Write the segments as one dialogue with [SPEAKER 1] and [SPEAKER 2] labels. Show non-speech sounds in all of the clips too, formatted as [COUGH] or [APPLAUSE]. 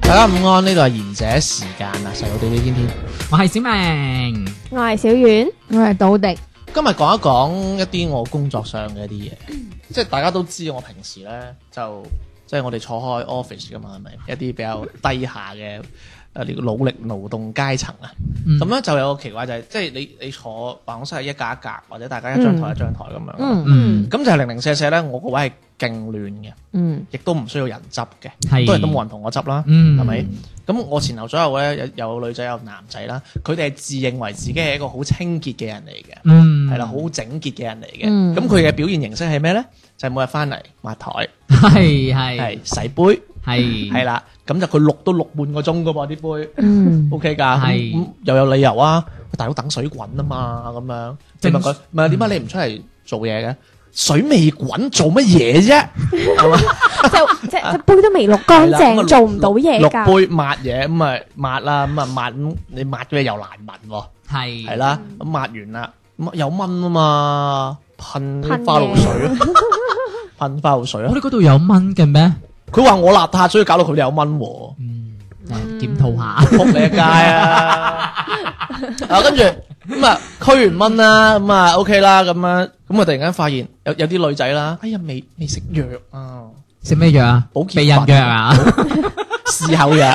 [SPEAKER 1] 大家午安，呢度係賢者時間啊，細佬哋李天天。
[SPEAKER 2] 我係小明。
[SPEAKER 3] 我係小遠，
[SPEAKER 4] 我係倒迪，
[SPEAKER 1] 今日講一講一啲我工作上嘅一啲嘢，即係大家都知我平時咧就即係我哋坐開 office 噶嘛，係咪一啲比較低下嘅誒呢個努力勞動階層啊？咁咧、就有個奇怪就係、即係你你坐辦公室係一格一格，或者大家一張台一張台咁樣。咁、
[SPEAKER 4] 嗯
[SPEAKER 2] 嗯，
[SPEAKER 1] 就係零零舍舍咧，我個位係勁亂嘅，
[SPEAKER 4] 嗯
[SPEAKER 1] 亦都唔需要人執嘅，
[SPEAKER 2] 係
[SPEAKER 1] 當然都冇人同我執啦。
[SPEAKER 2] 嗯
[SPEAKER 1] 係咪？咁我前後左右咧有有女仔有男仔啦，佢哋係自認為自己係一個好清潔嘅人嚟嘅，
[SPEAKER 2] 嗯，
[SPEAKER 1] 係啦、好整潔嘅人嚟
[SPEAKER 4] 嗯
[SPEAKER 1] 嘅。咁佢嘅表現形式係咩咧？就係每日翻嚟抹台，
[SPEAKER 2] 係係
[SPEAKER 1] 係洗杯，
[SPEAKER 2] 係
[SPEAKER 1] 係啦。咁就佢錄都錄半個鐘噶噃啲杯
[SPEAKER 4] 嗯
[SPEAKER 1] ，OK 㗎。咁
[SPEAKER 2] 係
[SPEAKER 1] 咁又有理由啊，大佬等水滾啊嘛，咁樣。你問佢，唔係點解你唔出嚟做嘢嘅？水未滾做乜嘢啫？
[SPEAKER 3] 就 [LAUGHS] 即即杯都未落乾
[SPEAKER 1] 係啦咁
[SPEAKER 3] 淨，
[SPEAKER 1] 啊
[SPEAKER 3] 做唔到嘢
[SPEAKER 1] 六
[SPEAKER 3] 㗎。
[SPEAKER 1] 杯抹嘢咁咪抹啦，咁啊抹咁你抹咗嘢又難聞喎。
[SPEAKER 2] 係
[SPEAKER 1] 係啦，咁抹完啦，咁有蚊啊嘛，噴
[SPEAKER 3] 噴
[SPEAKER 1] 花露水啊，噴花露水啊
[SPEAKER 2] 我。哋嗰度有蚊嘅咩？
[SPEAKER 1] 佢話我邋遢，所以搞到佢哋有蚊喎，
[SPEAKER 2] 嗯，誒檢討下。
[SPEAKER 1] 仆你一街啊！啊，跟住咁啊，驅完蚊啦，咁啊 OK 啦，咁樣咁啊，突然間發現有有啲女仔啦，哎呀，未未食藥啊，
[SPEAKER 2] 食咩藥啊？
[SPEAKER 1] 保
[SPEAKER 2] 避
[SPEAKER 1] 健
[SPEAKER 2] 孕藥啊？
[SPEAKER 1] 事後藥。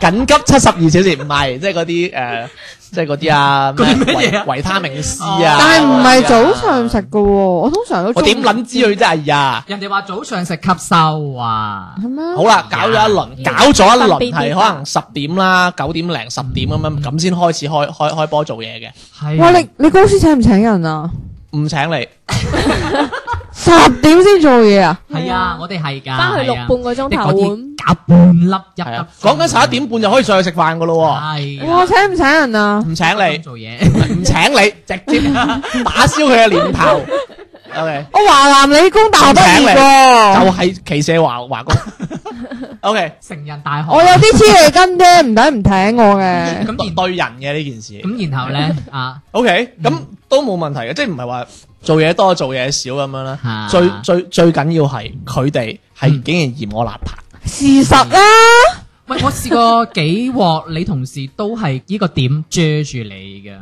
[SPEAKER 1] 緊急七十二小時唔係，即係嗰啲誒，即係嗰啲啊，
[SPEAKER 2] 嗰啲乜嘢啊
[SPEAKER 1] 維維他命 C 啊，
[SPEAKER 4] 哦但係唔係早上食嘅喎，我通常都
[SPEAKER 1] 我
[SPEAKER 4] 中午
[SPEAKER 1] 點撚知佢真係呀？
[SPEAKER 2] 人哋話早上食吸收啊。
[SPEAKER 4] 係咩？
[SPEAKER 1] 好啦，搞咗一輪，搞咗一輪
[SPEAKER 3] 嗯
[SPEAKER 1] 係可能十點啦、九點零、十點咁
[SPEAKER 2] 嗯
[SPEAKER 1] 樣，咁先開始開開開波做嘢嘅。
[SPEAKER 2] 係
[SPEAKER 4] 哇！你你公司請唔請人啊？
[SPEAKER 1] 唔請你，
[SPEAKER 4] 十點先做嘢啊？
[SPEAKER 2] 係啊，我哋係㗎。
[SPEAKER 3] 翻去六半個
[SPEAKER 2] 係
[SPEAKER 3] 鐘頭
[SPEAKER 2] 啊你嗰
[SPEAKER 3] 碗
[SPEAKER 2] 啲，夾半粒一
[SPEAKER 1] 係
[SPEAKER 2] 粒
[SPEAKER 1] 啊，。講緊十一點半就可以上去食飯噶咯
[SPEAKER 2] 係啊。
[SPEAKER 4] 哇！請唔請人啊？
[SPEAKER 1] 喎，唔請
[SPEAKER 2] [LAUGHS]
[SPEAKER 1] 你，
[SPEAKER 2] 做嘢。
[SPEAKER 1] 唔請你，
[SPEAKER 2] [LAUGHS]
[SPEAKER 1] 直接打消佢嘅念頭。OK，
[SPEAKER 4] 我華南理工大學畢業
[SPEAKER 1] 就
[SPEAKER 4] 喎，
[SPEAKER 1] 係騎射華
[SPEAKER 2] [LAUGHS]
[SPEAKER 1] 華工。OK，
[SPEAKER 2] 成人大學。
[SPEAKER 4] 我有啲黐你根啫，唔抵唔請我嘅。
[SPEAKER 2] 咁然
[SPEAKER 1] 對人嘅呢件事。
[SPEAKER 2] 咁然後咧啊
[SPEAKER 1] OK，咁都冇問題嘅，即係唔係話做嘢多做嘢少咁樣啦
[SPEAKER 2] 啊。嗯
[SPEAKER 1] 最最最緊要係佢哋係竟然嫌我邋遢。
[SPEAKER 4] 事實啦，
[SPEAKER 2] 喂，我試過幾鑊，你同事都係呢個點遮住你嘅，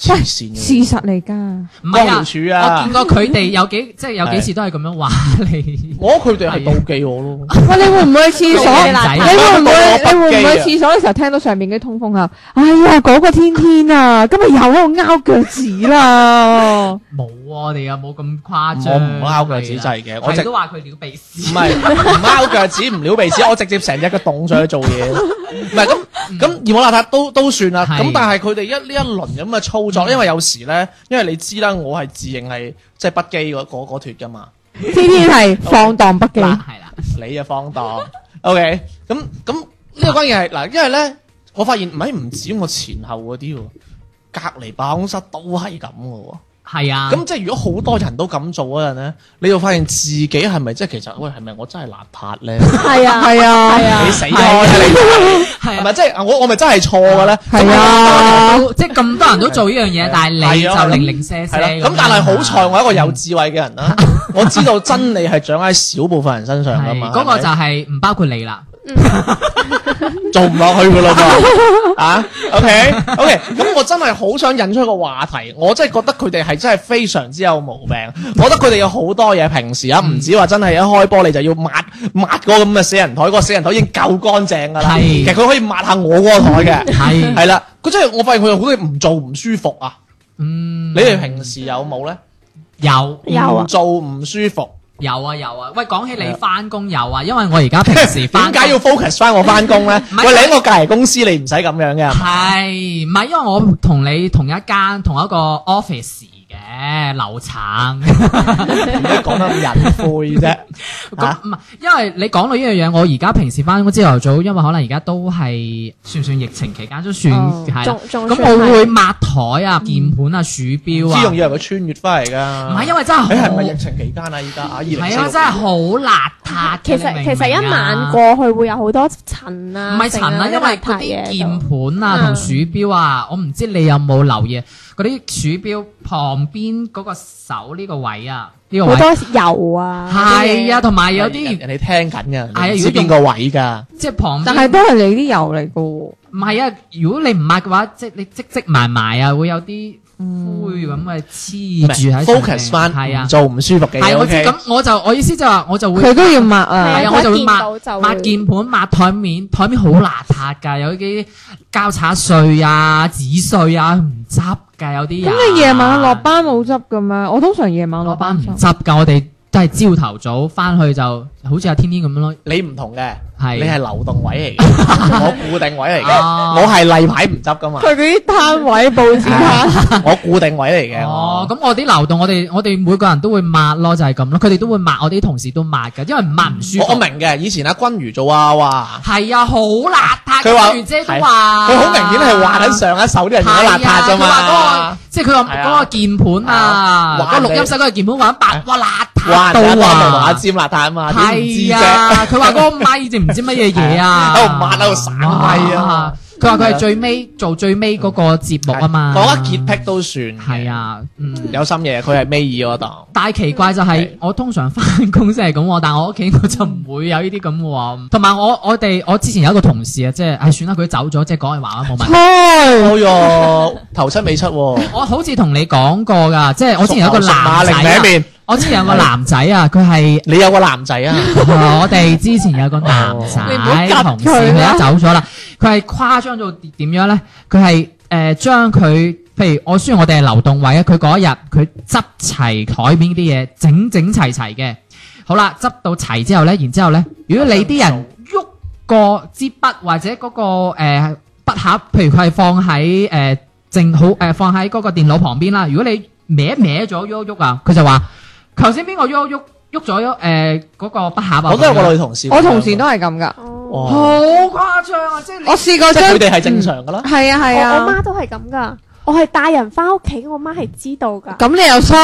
[SPEAKER 1] 黐線
[SPEAKER 4] 事
[SPEAKER 1] 嘅，
[SPEAKER 4] 實嚟㗎。
[SPEAKER 2] 唔係
[SPEAKER 1] 光療處啊
[SPEAKER 2] 我見過佢哋有幾即係有幾次都係咁樣 [LAUGHS] 話你，
[SPEAKER 1] 我覺得佢哋係妒忌我咯。
[SPEAKER 4] 喂，你會唔會去廁所？
[SPEAKER 2] 做嘢啦
[SPEAKER 4] 你會唔會？你會唔
[SPEAKER 1] 我
[SPEAKER 4] 會
[SPEAKER 1] 不羈啊
[SPEAKER 4] 去廁所嘅時候聽到上面嗰啲通風啊？哎呀，嗰個天天啊，今日又喺度拗腳趾啦！
[SPEAKER 2] 冇啊，我哋又冇咁誇張。
[SPEAKER 1] 我唔拗腳趾掣嘅
[SPEAKER 2] 係啦
[SPEAKER 1] 我直
[SPEAKER 2] 係都話佢撩鼻
[SPEAKER 1] 唔
[SPEAKER 2] 屎。
[SPEAKER 1] 係唔踎腳趾，唔撩鼻屎，我直接成隻腳凍上去做嘢。唔係咁咁嫌我邋遢都都算啦。
[SPEAKER 2] 係
[SPEAKER 1] 咁但係佢哋一呢一輪咁嘅操作，因為有時咧，因為你知啦，我係自認係即係不羈嗰嗰嗰脱噶嘛，
[SPEAKER 4] 天天係放蕩不
[SPEAKER 2] 嗱
[SPEAKER 4] 羈，
[SPEAKER 2] 係啦，
[SPEAKER 1] 你就放蕩。OK，咁咁呢個關鍵係嗱，因為咧，我發現唔係唔止我前後嗰啲喎，隔離辦公室都係咁嘅喎。
[SPEAKER 2] 係啊。
[SPEAKER 1] 咁即係如果好多人都咁做嗰陣咧，你就發現自己係咪即係其實喂係咪我真係邋遢咧？
[SPEAKER 3] 係啊，
[SPEAKER 4] 係啊，係
[SPEAKER 1] 你死開啦你！係
[SPEAKER 2] 係啊
[SPEAKER 1] 咪即係我我咪真係錯嘅咧？
[SPEAKER 4] 係啊，
[SPEAKER 2] 都即係咁多人都做呢樣嘢，但係你
[SPEAKER 1] 係啊
[SPEAKER 2] 就零零舍舍
[SPEAKER 1] 係啦，咁但係好彩我係一個有智慧嘅人啦，我知道真理係掌握喺少部分人身上噶
[SPEAKER 2] 係
[SPEAKER 1] 嘛。
[SPEAKER 2] 嗰個
[SPEAKER 1] 係咪
[SPEAKER 2] 就係唔包括你啦。
[SPEAKER 1] 做唔落去噶
[SPEAKER 2] [LAUGHS]
[SPEAKER 1] 啦嘛。啊，OK OK，咁我真係好想引出一個話題，我真係覺得佢哋係真係非常之有毛病。我覺得佢哋有好多嘢平時
[SPEAKER 2] 嗯
[SPEAKER 1] 啊，唔止話真係一開波你就要抹抹嗰個咁嘅死人台，嗰個死人台已經夠乾淨噶啦。
[SPEAKER 2] 係嗯
[SPEAKER 1] 其實佢可以抹下我嗰個台嘅。
[SPEAKER 2] 係
[SPEAKER 1] 係啦，佢真係我發現佢有好多嘢唔做唔舒服啊！
[SPEAKER 2] 嗯，
[SPEAKER 1] 你哋平時有冇咧？
[SPEAKER 2] 有
[SPEAKER 3] 有啊
[SPEAKER 1] 唔做唔舒服，
[SPEAKER 2] 有啊有啊，喂，講起你翻工有啊，因為我而家平時翻
[SPEAKER 1] [LAUGHS] 點解要 focus 翻我翻工咧？
[SPEAKER 2] 唔係
[SPEAKER 1] 喂，你喺我隔離公司，你唔使咁樣嘅。
[SPEAKER 2] 係唔係？因為我同你同一間同一個 office 嘅
[SPEAKER 1] [LAUGHS]
[SPEAKER 2] 樓層。
[SPEAKER 1] 唔好講得咁隱晦啫。
[SPEAKER 2] 咁
[SPEAKER 1] 嚇
[SPEAKER 2] 唔係，因為你講到呢樣嘢，我而家平時翻工朝頭早，因為可能而家都係算唔算疫情期間都算
[SPEAKER 4] 哦
[SPEAKER 2] 係啦
[SPEAKER 3] 仲仲
[SPEAKER 2] 咁
[SPEAKER 3] 算係嗯
[SPEAKER 2] 我會抹台啊、鍵盤啊、鼠標
[SPEAKER 1] 朱
[SPEAKER 2] 啊
[SPEAKER 1] 容，以為佢穿越翻嚟㗎。
[SPEAKER 2] 唔係因為真係
[SPEAKER 1] 你係咪疫
[SPEAKER 2] 好，
[SPEAKER 1] 情期間啊？依家啊，二零
[SPEAKER 2] 係啊，真係好邋遢嘅。
[SPEAKER 3] 其
[SPEAKER 2] 你明
[SPEAKER 3] 實
[SPEAKER 2] 唔
[SPEAKER 3] 其實
[SPEAKER 2] 明
[SPEAKER 3] 一
[SPEAKER 2] 啊
[SPEAKER 3] 晚過去會有好多塵啊，
[SPEAKER 2] 唔係塵啦，
[SPEAKER 3] 剩
[SPEAKER 2] 因為
[SPEAKER 3] 邋遢
[SPEAKER 2] 嗰
[SPEAKER 3] 嘢
[SPEAKER 2] 啲
[SPEAKER 3] 就
[SPEAKER 2] 鍵盤啊
[SPEAKER 3] 嗯
[SPEAKER 2] 同鼠標啊，我唔知你有冇留意嗰啲鼠標旁邊嗰個手呢個位啊，呢個
[SPEAKER 3] 好
[SPEAKER 2] 位
[SPEAKER 3] 多油啊，
[SPEAKER 2] 係啊，
[SPEAKER 3] 嗰啲嘢，
[SPEAKER 2] 同埋有
[SPEAKER 1] 人
[SPEAKER 2] 啲
[SPEAKER 1] 人哋聽緊㗎，
[SPEAKER 2] 係啊
[SPEAKER 1] 你唔知邊個位㗎？
[SPEAKER 2] 即係旁邊
[SPEAKER 4] 但。係都係你啲油嚟噶。
[SPEAKER 2] 唔係啊，如果你唔抹嘅話，即係你積積埋埋啊，會有啲
[SPEAKER 3] 嗯
[SPEAKER 2] 灰咁嘅黐住喺上面
[SPEAKER 1] focus 翻，
[SPEAKER 2] 係啊
[SPEAKER 1] 唔，做唔舒服嘅嘢。
[SPEAKER 2] 係我知
[SPEAKER 1] OK
[SPEAKER 2] 咁，我就我意思就話我就會
[SPEAKER 4] 佢都要抹啊
[SPEAKER 2] 係啊，
[SPEAKER 3] 係！啊
[SPEAKER 2] 我就
[SPEAKER 3] 佢
[SPEAKER 2] 會
[SPEAKER 3] 一見
[SPEAKER 2] 抹
[SPEAKER 3] 到就會
[SPEAKER 2] 抹鍵盤、抹台面，台面好邋遢㗎，有啲交叉碎啊、紙碎啊，唔執㗎，有啲人。啊
[SPEAKER 4] 咁你夜晚落班冇執噶咩？我通常夜晚落
[SPEAKER 2] 落班
[SPEAKER 4] 班
[SPEAKER 2] 唔
[SPEAKER 4] 執。
[SPEAKER 2] 執㗎，我哋都係朝頭早翻去就好似阿天天咁樣咯，
[SPEAKER 1] 你唔同嘅，
[SPEAKER 2] 係
[SPEAKER 1] 你係流動位
[SPEAKER 2] [LAUGHS]
[SPEAKER 1] 嚟嘅，我固定位嚟嘅，
[SPEAKER 2] 哦
[SPEAKER 1] 我係例牌唔執啊噶嘛，
[SPEAKER 4] 佢嗰啲攤位報紙
[SPEAKER 1] [LAUGHS]
[SPEAKER 4] 攤，
[SPEAKER 1] 我固定位嚟嘅。
[SPEAKER 2] 啊哦
[SPEAKER 1] 我，
[SPEAKER 2] 咁我啲流動，我哋我哋每個人都會抹咯，就係咁咯。佢哋都會抹，我啲同事都抹嘅，因為唔抹唔舒服。
[SPEAKER 1] 我我明嘅，以前阿君如做娃娃，
[SPEAKER 2] 係啊，好邋遢。
[SPEAKER 1] 佢話
[SPEAKER 2] 袁姐都話，
[SPEAKER 1] 佢好明顯係畫緊上一手啲人用得邋遢啫
[SPEAKER 2] 係啊佢話嗰個
[SPEAKER 1] 嘛，
[SPEAKER 2] 即係佢話
[SPEAKER 1] 係
[SPEAKER 2] 嗰
[SPEAKER 1] 啊
[SPEAKER 2] 個鍵盤啊，
[SPEAKER 1] 係啊啊
[SPEAKER 2] 嗰個錄音室嗰個鍵盤玩白，
[SPEAKER 1] 係
[SPEAKER 2] 哇邋
[SPEAKER 1] 哇！
[SPEAKER 2] 遢
[SPEAKER 1] 人哋
[SPEAKER 2] 到
[SPEAKER 1] 畫
[SPEAKER 2] 啊！
[SPEAKER 1] 尖邋遢啊嘛，點唔知
[SPEAKER 2] 係
[SPEAKER 1] 啫？
[SPEAKER 2] 啊，佢話嗰個咪就唔知乜嘢嘢啊，
[SPEAKER 1] [LAUGHS] 喺度抹喺度散咪啊！
[SPEAKER 2] 佢話佢係最尾做最尾嗰個節目啊嘛，
[SPEAKER 1] 我覺得潔癖都算。
[SPEAKER 2] 係，啊，嗯。
[SPEAKER 1] 有心嘢，佢係尾二嗰檔。
[SPEAKER 2] 但係奇怪就係、
[SPEAKER 1] 係
[SPEAKER 2] 我通常翻工先係咁喎，但我屋企我就唔會有呢啲咁嘅喎。同埋我我哋我之前有一個同事啊，即係唉算啦，佢走咗，即係講係話啦，冇問題。
[SPEAKER 4] 開
[SPEAKER 1] 哎呦，頭七尾七喎，
[SPEAKER 2] 我好似同你講過㗎，即係我之前有一個
[SPEAKER 1] 熟
[SPEAKER 2] 男
[SPEAKER 1] 馬
[SPEAKER 2] 仔
[SPEAKER 1] 熟馬另
[SPEAKER 2] 啊，
[SPEAKER 1] 一面，
[SPEAKER 2] 我之前有個男仔啊，佢
[SPEAKER 1] [LAUGHS]
[SPEAKER 2] 係。
[SPEAKER 1] 你有個男仔啊？
[SPEAKER 2] 我哋之前有個男仔
[SPEAKER 4] 你唔好夾
[SPEAKER 2] 同事，
[SPEAKER 4] 佢
[SPEAKER 2] 佢
[SPEAKER 4] 啦
[SPEAKER 2] 都走咗啦。佢係誇張到點樣咧？佢係誒將佢，譬如我雖然我哋係流動位啊，佢嗰一日佢執齊台面啲嘢，整整齊齊嘅。好啦，執到齊之後咧，然之後咧，如果你啲人喐過支筆或者嗰、個誒、呃、筆盒，譬如佢係放喺誒、呃、正好誒、呃放喺嗰個電腦旁邊啦，如果你歪歪咗喐一喐啊，佢就話頭先邊個喐一喐喐咗誒嗰個筆盒啊，
[SPEAKER 1] 我都有個女同事，
[SPEAKER 4] 我同事都係咁噶，
[SPEAKER 3] 哦
[SPEAKER 1] 哇。
[SPEAKER 2] 好誇張啊！即係你
[SPEAKER 4] 我試過
[SPEAKER 1] 即
[SPEAKER 4] 將
[SPEAKER 1] 係佢哋係正常噶啦。
[SPEAKER 4] 係啊
[SPEAKER 3] 我
[SPEAKER 4] 係
[SPEAKER 3] 我
[SPEAKER 4] 啊，
[SPEAKER 3] 媽都係咁噶，我係帶人翻屋企，我媽係知道噶。
[SPEAKER 4] 咁你又
[SPEAKER 1] 哇！
[SPEAKER 4] 衰，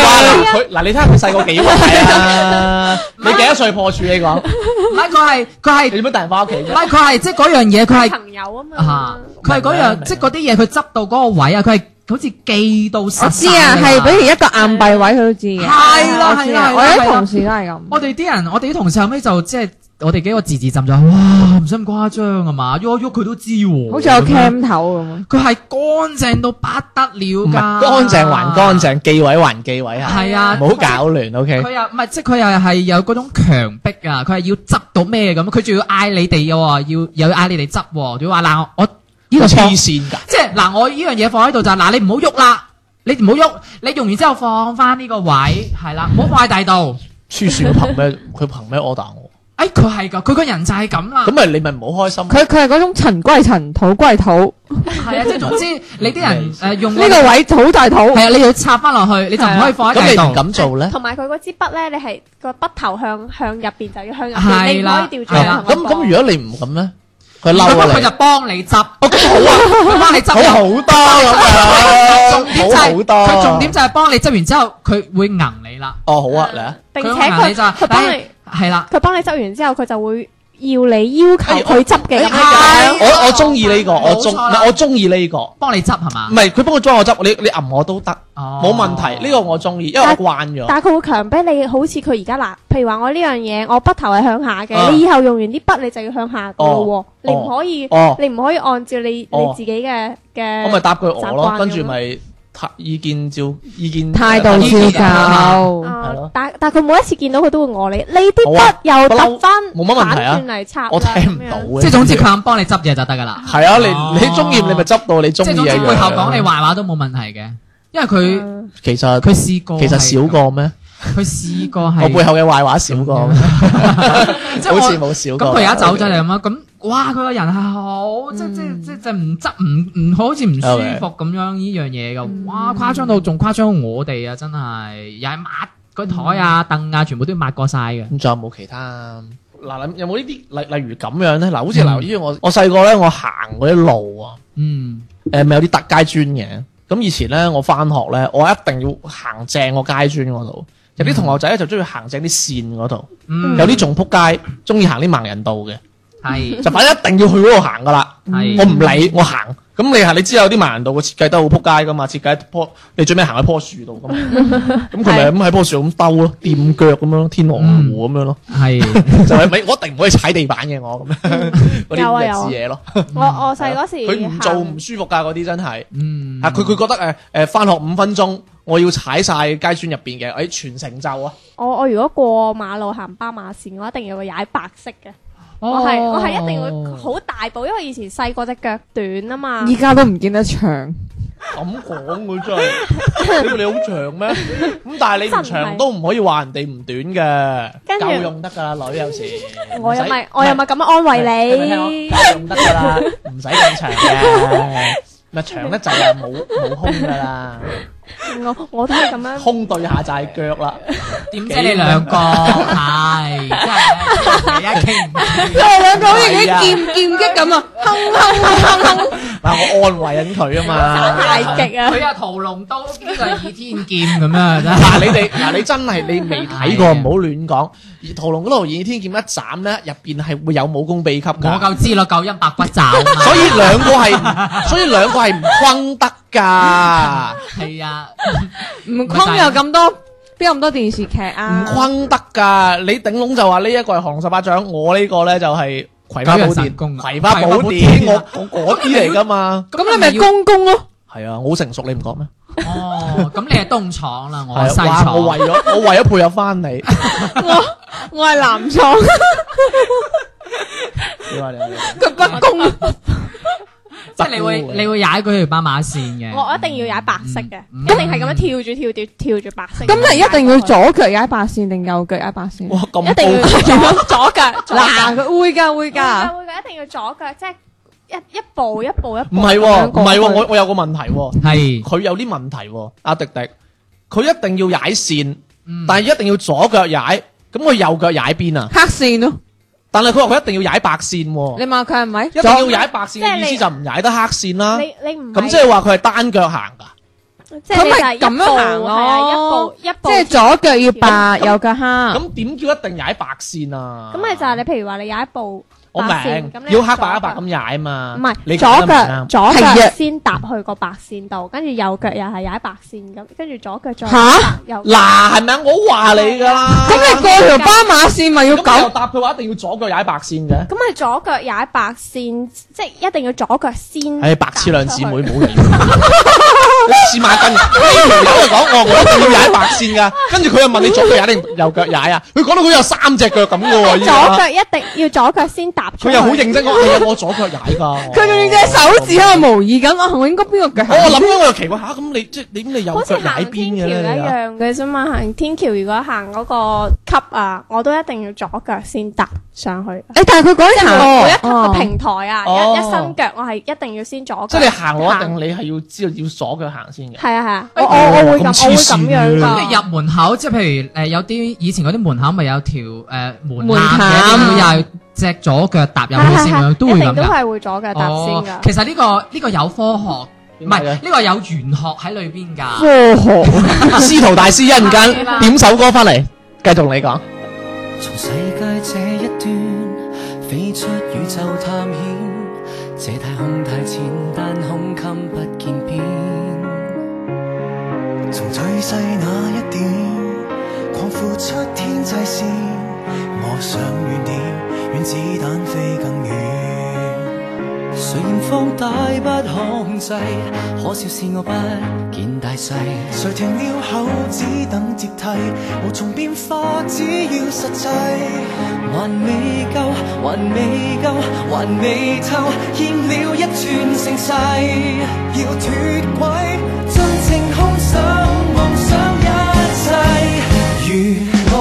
[SPEAKER 1] 嗱佢嗱你睇下佢細個幾壞啊！你幾多歲破處？你講
[SPEAKER 2] 唔係佢係佢
[SPEAKER 1] 你
[SPEAKER 2] 係
[SPEAKER 1] 點樣突然翻屋企
[SPEAKER 2] 唔
[SPEAKER 1] 啫？
[SPEAKER 2] 係佢係即係嗰樣嘢，
[SPEAKER 4] [LAUGHS]
[SPEAKER 2] 佢係
[SPEAKER 3] 朋友啊嘛
[SPEAKER 2] 啊，佢係嗰
[SPEAKER 1] 明
[SPEAKER 2] 樣
[SPEAKER 1] 啦
[SPEAKER 2] 即係嗰啲嘢，佢執到嗰個位啊，佢係好似記到實
[SPEAKER 4] 我知啊，
[SPEAKER 2] 晒㗎
[SPEAKER 4] 係比如一個硬幣位佢都知嘅，
[SPEAKER 2] 係啦
[SPEAKER 4] 我知
[SPEAKER 2] 係啦
[SPEAKER 4] 啊
[SPEAKER 2] 係啦
[SPEAKER 4] 我
[SPEAKER 2] 係
[SPEAKER 4] 啲
[SPEAKER 2] 啦
[SPEAKER 4] 同事都係咁，
[SPEAKER 2] 我哋啲人，我哋啲同事後尾就即係我哋幾個字字浸咗，哇唔使咁誇張啊嘛，喐一喐佢都知喎。
[SPEAKER 4] 好似有
[SPEAKER 2] 咁樣
[SPEAKER 4] cam 頭咁啊。
[SPEAKER 2] 佢係乾淨到不得了
[SPEAKER 1] 唔係
[SPEAKER 2] 㗎，
[SPEAKER 1] 乾淨還乾，淨，記位還記位啊！
[SPEAKER 2] 係啊，
[SPEAKER 1] 唔好搞亂，OK？
[SPEAKER 2] 佢又唔係，即係佢又係有嗰種強迫啊！佢係要執到咩咁，佢仲要嗌你哋嘅喎，要又要嗌你哋執喎，仲要話嗱我呢度
[SPEAKER 1] 黐
[SPEAKER 2] 放，
[SPEAKER 1] 線㗎！
[SPEAKER 2] 即係嗱我呢樣嘢放喺度就係嗱你唔好喐啦，你唔好喐，你用完之後放翻呢個位係啦，唔好放喺第度。
[SPEAKER 1] 黐線，佢憑咩？佢憑咩 order 我？
[SPEAKER 2] 哎，佢係㗎，佢個人就係咁啦
[SPEAKER 1] 咁，咪你咪唔好開心。
[SPEAKER 4] 佢佢係嗰種塵歸塵，土歸土，
[SPEAKER 2] 係啊，即係總之你啲人誒用
[SPEAKER 4] 呢個位好大土，
[SPEAKER 2] 係啊，你要插翻落去，你就唔可以放
[SPEAKER 1] 咁
[SPEAKER 2] 喺第
[SPEAKER 1] 你唔
[SPEAKER 2] 度。
[SPEAKER 1] 敢做咧？
[SPEAKER 3] 同埋佢嗰支筆咧，你係個筆頭向向入邊就要向入邊，你
[SPEAKER 2] 係
[SPEAKER 3] 唔
[SPEAKER 2] 啦
[SPEAKER 3] 可以調
[SPEAKER 2] 係
[SPEAKER 3] 轉
[SPEAKER 2] 啦
[SPEAKER 1] 咁
[SPEAKER 3] 向外
[SPEAKER 1] 咁，
[SPEAKER 3] 放
[SPEAKER 1] 如果你唔咁咧，佢
[SPEAKER 2] 咁佢
[SPEAKER 1] 嬲
[SPEAKER 2] [LAUGHS]
[SPEAKER 1] 啊
[SPEAKER 2] 就幫你哦執，
[SPEAKER 1] 你。咁好啊，
[SPEAKER 2] 佢幫你執
[SPEAKER 1] 好
[SPEAKER 2] 又
[SPEAKER 1] 好多咁
[SPEAKER 2] 重點就
[SPEAKER 1] 樣，好好
[SPEAKER 2] 係
[SPEAKER 1] 多。
[SPEAKER 2] 佢重點就係幫你執完之後，佢會硬你啦。
[SPEAKER 1] 哦，好
[SPEAKER 3] à,
[SPEAKER 1] 啊，嚟啊！
[SPEAKER 3] 並且
[SPEAKER 2] 嗯佢話你
[SPEAKER 3] 佢
[SPEAKER 2] 就係
[SPEAKER 3] 佢幫你
[SPEAKER 2] 係啦，
[SPEAKER 3] 佢幫你執完之後，佢就會要你要求佢執嘅咁
[SPEAKER 2] 哎
[SPEAKER 3] 樣。
[SPEAKER 1] 我我中意呢個，我中
[SPEAKER 2] 冇錯啦
[SPEAKER 1] 我中意呢個，唔
[SPEAKER 2] 幫你執係嘛？
[SPEAKER 1] 係佢幫我裝我執，你你揞我都得，
[SPEAKER 2] 哦
[SPEAKER 1] 冇問題。呢個我中意，因為我慣咗。
[SPEAKER 3] 但係佢會強迫你，好似佢而家嗱，譬如話我呢樣嘢，我筆頭係向下
[SPEAKER 1] 啊
[SPEAKER 3] 嘅，你以後用完啲筆你就要向下噶咯喎，你唔可以，
[SPEAKER 1] 哦，
[SPEAKER 3] 你唔可以按照你你
[SPEAKER 1] 哦
[SPEAKER 3] 自己嘅嘅。
[SPEAKER 1] 我咪答佢我
[SPEAKER 3] 習慣咁
[SPEAKER 1] 咯，
[SPEAKER 3] 樣
[SPEAKER 1] 跟住咪睇意見照意見
[SPEAKER 4] 態度
[SPEAKER 2] 意見
[SPEAKER 4] 照
[SPEAKER 2] 啊
[SPEAKER 4] 舊。
[SPEAKER 3] 啊
[SPEAKER 1] 係咯
[SPEAKER 3] 但但佢每一次見到佢都會餓你，你啲
[SPEAKER 1] 好啊
[SPEAKER 3] 筆又
[SPEAKER 1] 不嬲
[SPEAKER 3] 揼翻，
[SPEAKER 1] 冇乜問題啊
[SPEAKER 3] 反轉嚟插啦
[SPEAKER 1] 我聽唔到
[SPEAKER 3] 咁樣
[SPEAKER 1] 嘅。
[SPEAKER 2] 即係總之佢肯幫你執嘢就得㗎啦。
[SPEAKER 1] 係啊，
[SPEAKER 2] 哦
[SPEAKER 1] 你你中意你咪執到你
[SPEAKER 2] 即
[SPEAKER 1] 中意
[SPEAKER 2] 係
[SPEAKER 1] 啊
[SPEAKER 2] 總
[SPEAKER 1] 嘅
[SPEAKER 2] 之
[SPEAKER 1] 樣。
[SPEAKER 2] 背後講你壞話都冇問題嘅，因為佢
[SPEAKER 3] 嗯
[SPEAKER 1] 其實
[SPEAKER 2] 佢試過
[SPEAKER 1] 其
[SPEAKER 2] 係
[SPEAKER 1] 實少過咩？
[SPEAKER 2] 佢試過
[SPEAKER 1] 我背
[SPEAKER 2] 係，
[SPEAKER 1] 後嘅壞話少過，好
[SPEAKER 2] 即係我
[SPEAKER 1] 似冇少
[SPEAKER 2] 咁
[SPEAKER 1] 過。
[SPEAKER 2] 佢而家走咗嚟咁樣，咁哇佢個人係好即即即即唔執唔唔好似唔舒服咁樣呢樣嘢㗎，哇誇張到仲誇張過我哋啊！真係又係抹個台啊凳啊，全部都抹過晒嘅。
[SPEAKER 1] 咁仲有冇其他？嗱，有冇呢啲例例如咁樣咧？嗱，好似嗱，因為我我細個咧，我行嗰啲路啊，
[SPEAKER 2] 嗯
[SPEAKER 1] 誒咪有啲特階磚嘅。咁以前咧，我翻學咧，我一定要行正個階磚嗰度。有啲同學仔咧就中意行正啲線嗰度，
[SPEAKER 2] 嗯，
[SPEAKER 1] 有啲仲撲街，中意行啲盲人道嘅，
[SPEAKER 2] 係
[SPEAKER 1] 就反正一定要去嗰度行噶啦。
[SPEAKER 2] 係
[SPEAKER 1] 我唔理，我行。嗯咁你係你知有啲盲人道嘅設計得好撲街噶嘛？設計喺棵，你最尾行喺棵樹度噶嘛？ [LAUGHS] 咁佢咪咁喺棵樹咁兜咯，踮腳咁樣咯，天鵝湖咁樣咯。
[SPEAKER 2] [LAUGHS] 係。
[SPEAKER 1] 就係咪我一定唔可以踩地板嘅我咁 [LAUGHS] 樣嗰
[SPEAKER 3] 有啊有
[SPEAKER 1] 啲
[SPEAKER 3] 啊
[SPEAKER 1] 日字嘢咯。
[SPEAKER 3] 我我
[SPEAKER 1] 啊
[SPEAKER 3] 細嗰時
[SPEAKER 1] 佢唔做
[SPEAKER 3] 行
[SPEAKER 1] 唔舒服㗎，嗰啲真係。
[SPEAKER 2] 嗯，
[SPEAKER 1] 啊，佢佢覺得誒誒翻學五分鐘，我要踩晒街磚入邊嘅，誒全成就啊！
[SPEAKER 3] 我我如果過馬路行斑馬線，我一定要踩白色嘅。
[SPEAKER 1] 哦
[SPEAKER 3] 我係我係一定會好大步，因為以前細個只腳短啊嘛。
[SPEAKER 4] 依家都唔見得長，
[SPEAKER 1] 咁講佢
[SPEAKER 3] [LAUGHS]
[SPEAKER 1] 真係，屌你好長咩？咁但係你唔
[SPEAKER 3] 真係
[SPEAKER 1] 長都唔可以話人哋唔短嘅，
[SPEAKER 3] 跟住
[SPEAKER 1] 夠用得㗎啦，女有時。
[SPEAKER 3] 我又
[SPEAKER 1] 唔
[SPEAKER 3] 咪
[SPEAKER 1] 使
[SPEAKER 3] 我又咪咁樣安
[SPEAKER 1] 係咪
[SPEAKER 3] 慰你 [LAUGHS]
[SPEAKER 1] 聽我，夠用得㗎啦，唔使咁長嘅。咪長得滯啊，冇冇胸㗎啦，
[SPEAKER 3] 我我都係咁樣。
[SPEAKER 1] 胸對下就係腳啦。
[SPEAKER 2] 點知你兩個係真
[SPEAKER 3] [LAUGHS]
[SPEAKER 2] 係一傾唔
[SPEAKER 4] 我哋兩個好似
[SPEAKER 1] 係啊
[SPEAKER 4] 啲劍劍擊咁啊，
[SPEAKER 1] 嗱，我安慰緊佢啊嘛。
[SPEAKER 3] 太極啊！
[SPEAKER 2] 佢有屠龍刀，呢個倚天劍咁樣真係。
[SPEAKER 1] 嗱，你哋嗱，你真係你未睇過，唔好亂講。而屠龍嗰度倚天劍一斬咧，入邊係會有武功秘笈
[SPEAKER 2] [LAUGHS] 我
[SPEAKER 1] 㗎，
[SPEAKER 2] 夠知啦，夠一百骨爪啊嘛。
[SPEAKER 1] 所以兩個係，所以兩個係唔轟得㗎，
[SPEAKER 2] 係啊，
[SPEAKER 4] 唔框有咁多，邊有咁多電視劇
[SPEAKER 1] 唔
[SPEAKER 4] 啊？
[SPEAKER 1] 轟得㗎。你頂籠就話呢一個係降龍十八掌，我呢個咧就係葵花
[SPEAKER 2] 九陽
[SPEAKER 1] 寶
[SPEAKER 2] 神
[SPEAKER 1] 典，
[SPEAKER 2] 功啊
[SPEAKER 1] 葵花
[SPEAKER 2] 葵花
[SPEAKER 1] 寶
[SPEAKER 2] 寶
[SPEAKER 1] 典，
[SPEAKER 2] 典
[SPEAKER 1] 我
[SPEAKER 2] 啊
[SPEAKER 1] 我嗰啲嚟㗎嘛。
[SPEAKER 4] 咁你咪公公咯，
[SPEAKER 1] 係啊，我好成熟，你唔覺咩？
[SPEAKER 2] 哦，咁你係東廠啦，我係西
[SPEAKER 1] 係啊，哇
[SPEAKER 2] 廠。
[SPEAKER 1] 我為咗我為咗配合翻你，
[SPEAKER 4] 我係
[SPEAKER 1] [LAUGHS]
[SPEAKER 4] 南廠，
[SPEAKER 1] 你話你話你話
[SPEAKER 4] 佢北公，
[SPEAKER 2] 即係你會
[SPEAKER 1] 啊
[SPEAKER 2] 你會踩佢條斑馬線嘅。
[SPEAKER 3] 我一定要踩白色嘅，
[SPEAKER 2] 嗯
[SPEAKER 3] 一定係咁樣跳住跳住跳住白色。
[SPEAKER 4] 咁你一定要左腳踩白線定右腳踩白線？
[SPEAKER 1] 哇咁
[SPEAKER 3] 一定要
[SPEAKER 1] 高級
[SPEAKER 3] 左左腳，左
[SPEAKER 4] 嗱，佢會㗎會㗎
[SPEAKER 3] 腳。會嘅，一定要左腳，即係一一步一步一步。
[SPEAKER 1] 唔係
[SPEAKER 4] 咁
[SPEAKER 1] 喎，
[SPEAKER 4] 樣
[SPEAKER 1] 唔
[SPEAKER 4] 過
[SPEAKER 1] 係喎，
[SPEAKER 4] 去
[SPEAKER 1] 我我有個問題喎。
[SPEAKER 2] 係，
[SPEAKER 1] 佢有啲問題喎、阿迪迪，佢一定要踩線，
[SPEAKER 2] 嗯
[SPEAKER 1] 但係一定要左腳踩，咁佢右腳踩邊啊？
[SPEAKER 4] 黑線咯，
[SPEAKER 1] 但係佢話佢一定要踩白線喎、
[SPEAKER 4] 你問佢係咪？
[SPEAKER 1] 一定要踩白線
[SPEAKER 3] 即係
[SPEAKER 1] 嘅
[SPEAKER 3] 你
[SPEAKER 1] 意思就唔踩得黑線啦。
[SPEAKER 3] 你你唔
[SPEAKER 1] 咁即係話佢係單腳行㗎，
[SPEAKER 3] 即係你就係
[SPEAKER 4] 咁咪咁樣行咯
[SPEAKER 3] 係啊一步一步
[SPEAKER 4] 即係左腳要白，右腳黑。
[SPEAKER 1] 咁點叫一定踩白線啊？
[SPEAKER 3] 咁咪就係你，譬如話你踩一步
[SPEAKER 1] 我
[SPEAKER 3] 白線
[SPEAKER 1] 明
[SPEAKER 3] 咁，你
[SPEAKER 1] 要黑白
[SPEAKER 3] 左腳
[SPEAKER 1] 黑白咁踩啊嘛。
[SPEAKER 3] 唔
[SPEAKER 1] 你
[SPEAKER 3] 係
[SPEAKER 1] 講
[SPEAKER 3] 左
[SPEAKER 1] 得
[SPEAKER 3] 腳
[SPEAKER 1] 唔啱
[SPEAKER 3] 左
[SPEAKER 4] 係
[SPEAKER 3] 腳
[SPEAKER 4] 啊
[SPEAKER 3] 先踏去個白線度，跟住右腳又係踩白線咁，跟住左腳再
[SPEAKER 4] 吓
[SPEAKER 3] 踏右腳
[SPEAKER 1] 嗱，係咪啊我話你㗎啦。
[SPEAKER 4] 咁你過條斑馬線咪要
[SPEAKER 1] 咁你又
[SPEAKER 4] 咁？
[SPEAKER 1] 答佢話一定要左腳踩白線嘅。
[SPEAKER 3] 咁你左腳踩白線，即係一定要左腳先。
[SPEAKER 1] 唉，白痴兩姊妹冇嚟， [LAUGHS] 你黐孖筋！呢條友就講哦我我一定要踩白線噶，跟住佢又問你左腳踩定右腳踩啊？佢講到佢有三隻腳咁嘅喎，依
[SPEAKER 3] 左
[SPEAKER 1] 家
[SPEAKER 3] 腳一定要左腳先踏出
[SPEAKER 1] 佢
[SPEAKER 3] 去。
[SPEAKER 1] 又好認真講，係啊，我左腳踩噶。我
[SPEAKER 4] 佢仲要隻手指喺度模擬緊，我我應該邊個腳
[SPEAKER 1] 我我
[SPEAKER 4] 行？
[SPEAKER 1] 諗咗我又奇怪吓，咁你即係你咁你右
[SPEAKER 3] 好似
[SPEAKER 1] 腳踩
[SPEAKER 3] 行
[SPEAKER 1] 邊
[SPEAKER 3] 天
[SPEAKER 1] 嘅
[SPEAKER 3] 橋
[SPEAKER 1] 咧？
[SPEAKER 3] 一
[SPEAKER 1] 你啊
[SPEAKER 3] 樣嘅啫嘛，行天橋如果行嗰個級啊，我都一定要左腳先踏上去。
[SPEAKER 4] 誒，但係佢嗰
[SPEAKER 3] 即
[SPEAKER 4] 啲
[SPEAKER 3] 係
[SPEAKER 4] 行
[SPEAKER 3] 每一級嘅平台啊，
[SPEAKER 1] 哦
[SPEAKER 3] 一一伸腳我係一定要先左腳。
[SPEAKER 1] 即係你行路一定你係要知道要左腳行先嘅。
[SPEAKER 3] 係啊係啊，我
[SPEAKER 1] 哎
[SPEAKER 3] 我我會
[SPEAKER 1] 咁
[SPEAKER 3] 咁，
[SPEAKER 1] 黐
[SPEAKER 3] 我會
[SPEAKER 1] 線
[SPEAKER 3] 咁樣
[SPEAKER 1] 嘅
[SPEAKER 2] 咁你
[SPEAKER 3] 㗎。哦
[SPEAKER 2] 入門口，即係譬如誒有啲以前嗰啲門口咪有條誒門
[SPEAKER 4] 門
[SPEAKER 2] 檻
[SPEAKER 4] 檻
[SPEAKER 2] 嘅，會有隻左腳踏入去先咁啊樣，都會
[SPEAKER 3] 一
[SPEAKER 2] 咁
[SPEAKER 3] 定都
[SPEAKER 2] 㗎。
[SPEAKER 3] 係會左腳踏先
[SPEAKER 2] 哦
[SPEAKER 3] 㗎，。
[SPEAKER 2] 其實呢個呢個有科學，唔係
[SPEAKER 1] 點解嘅
[SPEAKER 2] 呢個有玄學喺裏邊㗎。
[SPEAKER 4] 科學。
[SPEAKER 1] [LAUGHS] 司徒大師
[SPEAKER 2] [LAUGHS]
[SPEAKER 1] 一陣
[SPEAKER 3] 係啦
[SPEAKER 1] 間點首歌翻嚟，繼續你講。
[SPEAKER 5] 從世界這一端飛出宇宙探險，這太空太淺，但胸襟不見邊。從最細那一點擴闊出天際線，我想遠點，遠子彈飛更遠。誰嫌放大不控制？可笑是我不見大勢。誰停了口，只等接替，無從變化，只要實際。還未夠，還未夠，還未透，欠了一串盛世。要脱軌，真正空想，夢想一切。如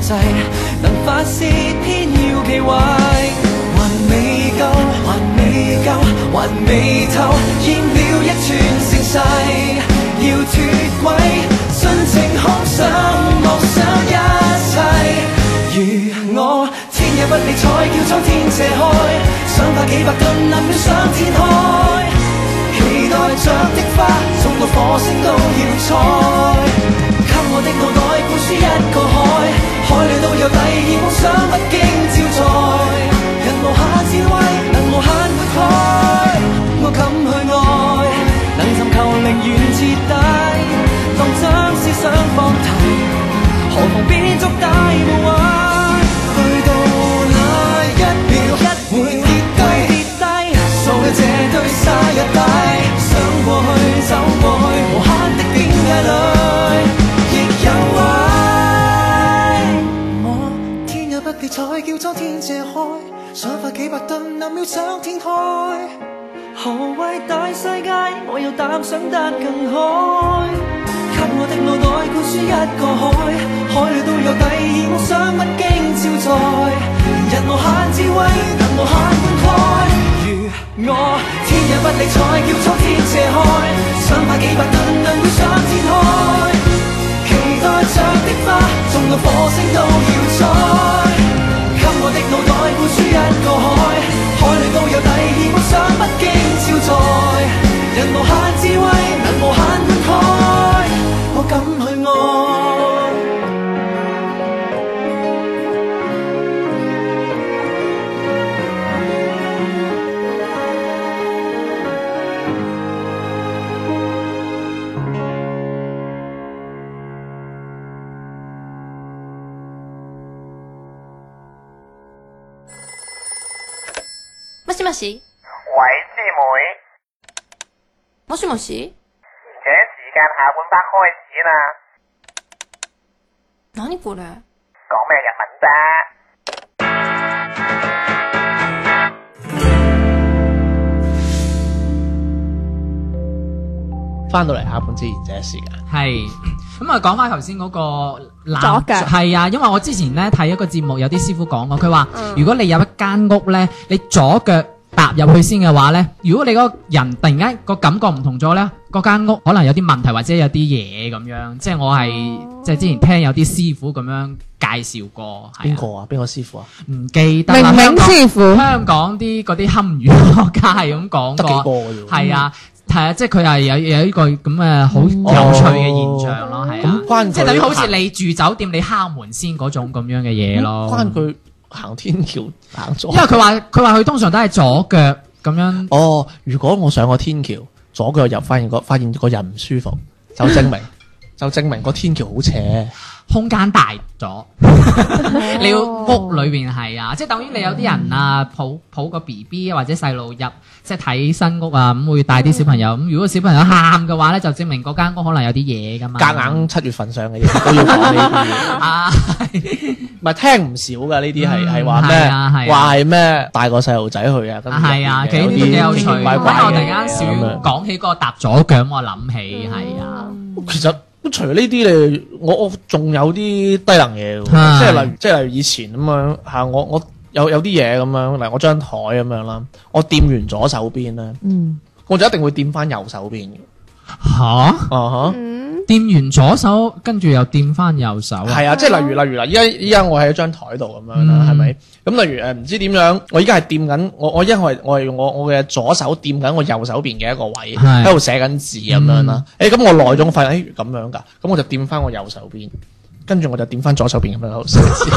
[SPEAKER 5] 制，能發泄偏要忌諱。還未夠，還未夠，還未透，欠了一串盛世，要脱軌，盡情空想，妄想一切。如我天也不理睬，叫蒼天借開，想化幾百噸，能秒上天開。期待着的花，送到火星都要採。給我的腦袋灌輸一個海，海裏都有第二夢想，不經招載。人無限智慧，能無限豁開，我敢去愛，能尋求寧願徹底，當將思想放題，何妨變作大無畏。去到那一秒，會跌低。跌低，掃了這堆沙一底，想過去走過去，無限的邊界裏亦有位。我天也不理睬，叫蒼天借開，想發幾百噸，暗秒想天開。何謂大世界？我有膽想得更開。給我的腦袋灌輸一個海，海裏都有第二夢想，不經招載。人無限智慧，能無限灌溉。如我天也不理睬，叫蒼天借開，想派幾百噸，能會想天開。期待着的花，種到火星都要採。給我的腦袋灌輸一個海，海裏都有第二夢想，不經招載。人無限智慧，能無限灌溉，我敢去愛。
[SPEAKER 6] もしもし
[SPEAKER 7] 喂，師妹，
[SPEAKER 6] もしもし
[SPEAKER 7] 而且時間下半 part 開始啦，
[SPEAKER 6] 何これ
[SPEAKER 7] 講咩日文啫？
[SPEAKER 1] 翻到嚟下半節賢者時間，
[SPEAKER 2] 係咁啊，講翻頭先嗰個
[SPEAKER 3] 左
[SPEAKER 2] 男
[SPEAKER 3] 腳
[SPEAKER 2] 係啊，因為我之前咧睇一個節目，有啲師傅講過，佢話
[SPEAKER 4] 嗯
[SPEAKER 2] 如果你有一間屋咧，你左腳踏入去先嘅話咧，如果你嗰個人突然間個感覺唔同咗咧，嗰間屋可能有啲問題或者有啲嘢咁樣，即係我
[SPEAKER 4] 哦
[SPEAKER 2] 係即係之前聽有啲師傅咁樣介紹過，係
[SPEAKER 1] 邊
[SPEAKER 2] 啊
[SPEAKER 1] 個啊？邊個師傅啊？
[SPEAKER 2] 唔記得啦香
[SPEAKER 4] 明明
[SPEAKER 2] 港
[SPEAKER 4] 師傅
[SPEAKER 2] 香港啲嗰啲堪輿學家係咁講
[SPEAKER 1] 得幾個
[SPEAKER 2] 過，
[SPEAKER 1] 嘅啫喎。
[SPEAKER 2] 啊係啊，係啊，即係佢係有有呢個咁嘅好有趣嘅現象咯，係啊
[SPEAKER 1] 哦咁，關佢
[SPEAKER 2] 即係等於好似你住酒店你敲門先嗰種咁樣嘅嘢咯，
[SPEAKER 1] 關佢行天橋行左
[SPEAKER 2] 因為佢話佢話佢通常都係左腳咁樣，
[SPEAKER 1] 哦，如果我上個天橋，左腳入發現個發現個人唔舒服，就
[SPEAKER 2] [LAUGHS]
[SPEAKER 1] 證明就證明個天橋好斜。
[SPEAKER 2] 空間大咗，你要屋裏邊係啊，即係等於你有啲人啊抱抱個 B B 啊或者細路入即係睇新屋啊，咁會帶啲小朋友，咁如果小朋友喊嘅話咧，就證明嗰間屋可能有啲嘢噶嘛， [LAUGHS]
[SPEAKER 1] 夾硬七月份上嘅嘢 [LAUGHS] 都要講呢啲嘢，
[SPEAKER 2] 啊，
[SPEAKER 1] 唔係聽唔少噶呢啲係
[SPEAKER 2] 嗯
[SPEAKER 1] 係話
[SPEAKER 2] 係啊係啊
[SPEAKER 1] 咩？話係咩？帶個細路仔去啊，跟住
[SPEAKER 2] 係啊，其實
[SPEAKER 1] 入
[SPEAKER 2] 呢啲
[SPEAKER 1] 面
[SPEAKER 2] 都幾有
[SPEAKER 1] 奇
[SPEAKER 2] 趣。
[SPEAKER 1] 奇怪
[SPEAKER 2] 不
[SPEAKER 1] 怪
[SPEAKER 2] 過
[SPEAKER 1] 嘅
[SPEAKER 2] 我突然間少
[SPEAKER 1] 咁啊樣
[SPEAKER 2] 講起嗰個踏左腳，我諗起
[SPEAKER 4] 嗯
[SPEAKER 2] 係啊，
[SPEAKER 1] 其實除呢啲你，我我仲有啲低能嘢嘅
[SPEAKER 2] 係
[SPEAKER 1] 喎，即係例如即係例如以前咁樣嚇，我我有有啲嘢咁樣，例如我張台咁樣啦，我掂完左手邊咧，
[SPEAKER 4] 嗯，
[SPEAKER 1] 我就一定會掂翻右手邊嘅。
[SPEAKER 2] 吓
[SPEAKER 1] 啊
[SPEAKER 3] 嗯，
[SPEAKER 2] 掂完左手，跟住又掂翻右手
[SPEAKER 1] 哈，
[SPEAKER 2] 啊，
[SPEAKER 1] 係啊，即係例如例如啦，依家依家我喺張台度咁樣啦，
[SPEAKER 2] 嗯
[SPEAKER 1] 係咪？咁例如誒唔知點樣，我依家係掂緊我我因為我係用我我嘅左手掂緊我右手邊嘅一個位，
[SPEAKER 2] 係
[SPEAKER 1] 喺度寫緊字咁樣啦。誒咁我內中發現誒咁樣㗎，咁我就掂翻我右手邊，跟住我就掂翻左手邊咁樣喺度寫字。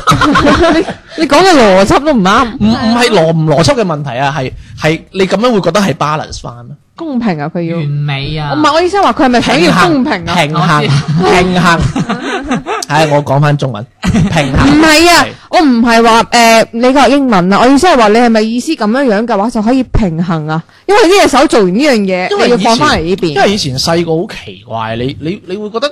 [SPEAKER 4] 你講嘅邏輯都唔啱，
[SPEAKER 1] 唔唔係邏唔邏輯嘅問題啊，係係你咁樣會覺得係 balance 翻啊，
[SPEAKER 4] 公平啊，佢要，
[SPEAKER 2] 完美啊
[SPEAKER 4] 唔，係我意思係話佢係咪想要公平啊？
[SPEAKER 1] 平衡
[SPEAKER 2] 我知
[SPEAKER 1] 平衡，唉，我講翻中文平
[SPEAKER 4] 唔
[SPEAKER 1] 衡，
[SPEAKER 4] 係啊
[SPEAKER 1] 係，
[SPEAKER 4] 我唔係話誒你個英文啊，我意思係話你係咪意思咁樣樣嘅話就可以平衡啊？因為呢隻手做完呢樣
[SPEAKER 1] 因
[SPEAKER 4] 嘢，
[SPEAKER 1] 為
[SPEAKER 4] 你要
[SPEAKER 1] 以
[SPEAKER 4] 放
[SPEAKER 1] 前
[SPEAKER 4] 翻嚟呢
[SPEAKER 1] 因
[SPEAKER 4] 邊，
[SPEAKER 1] 為以前細個好奇怪，你你你會覺得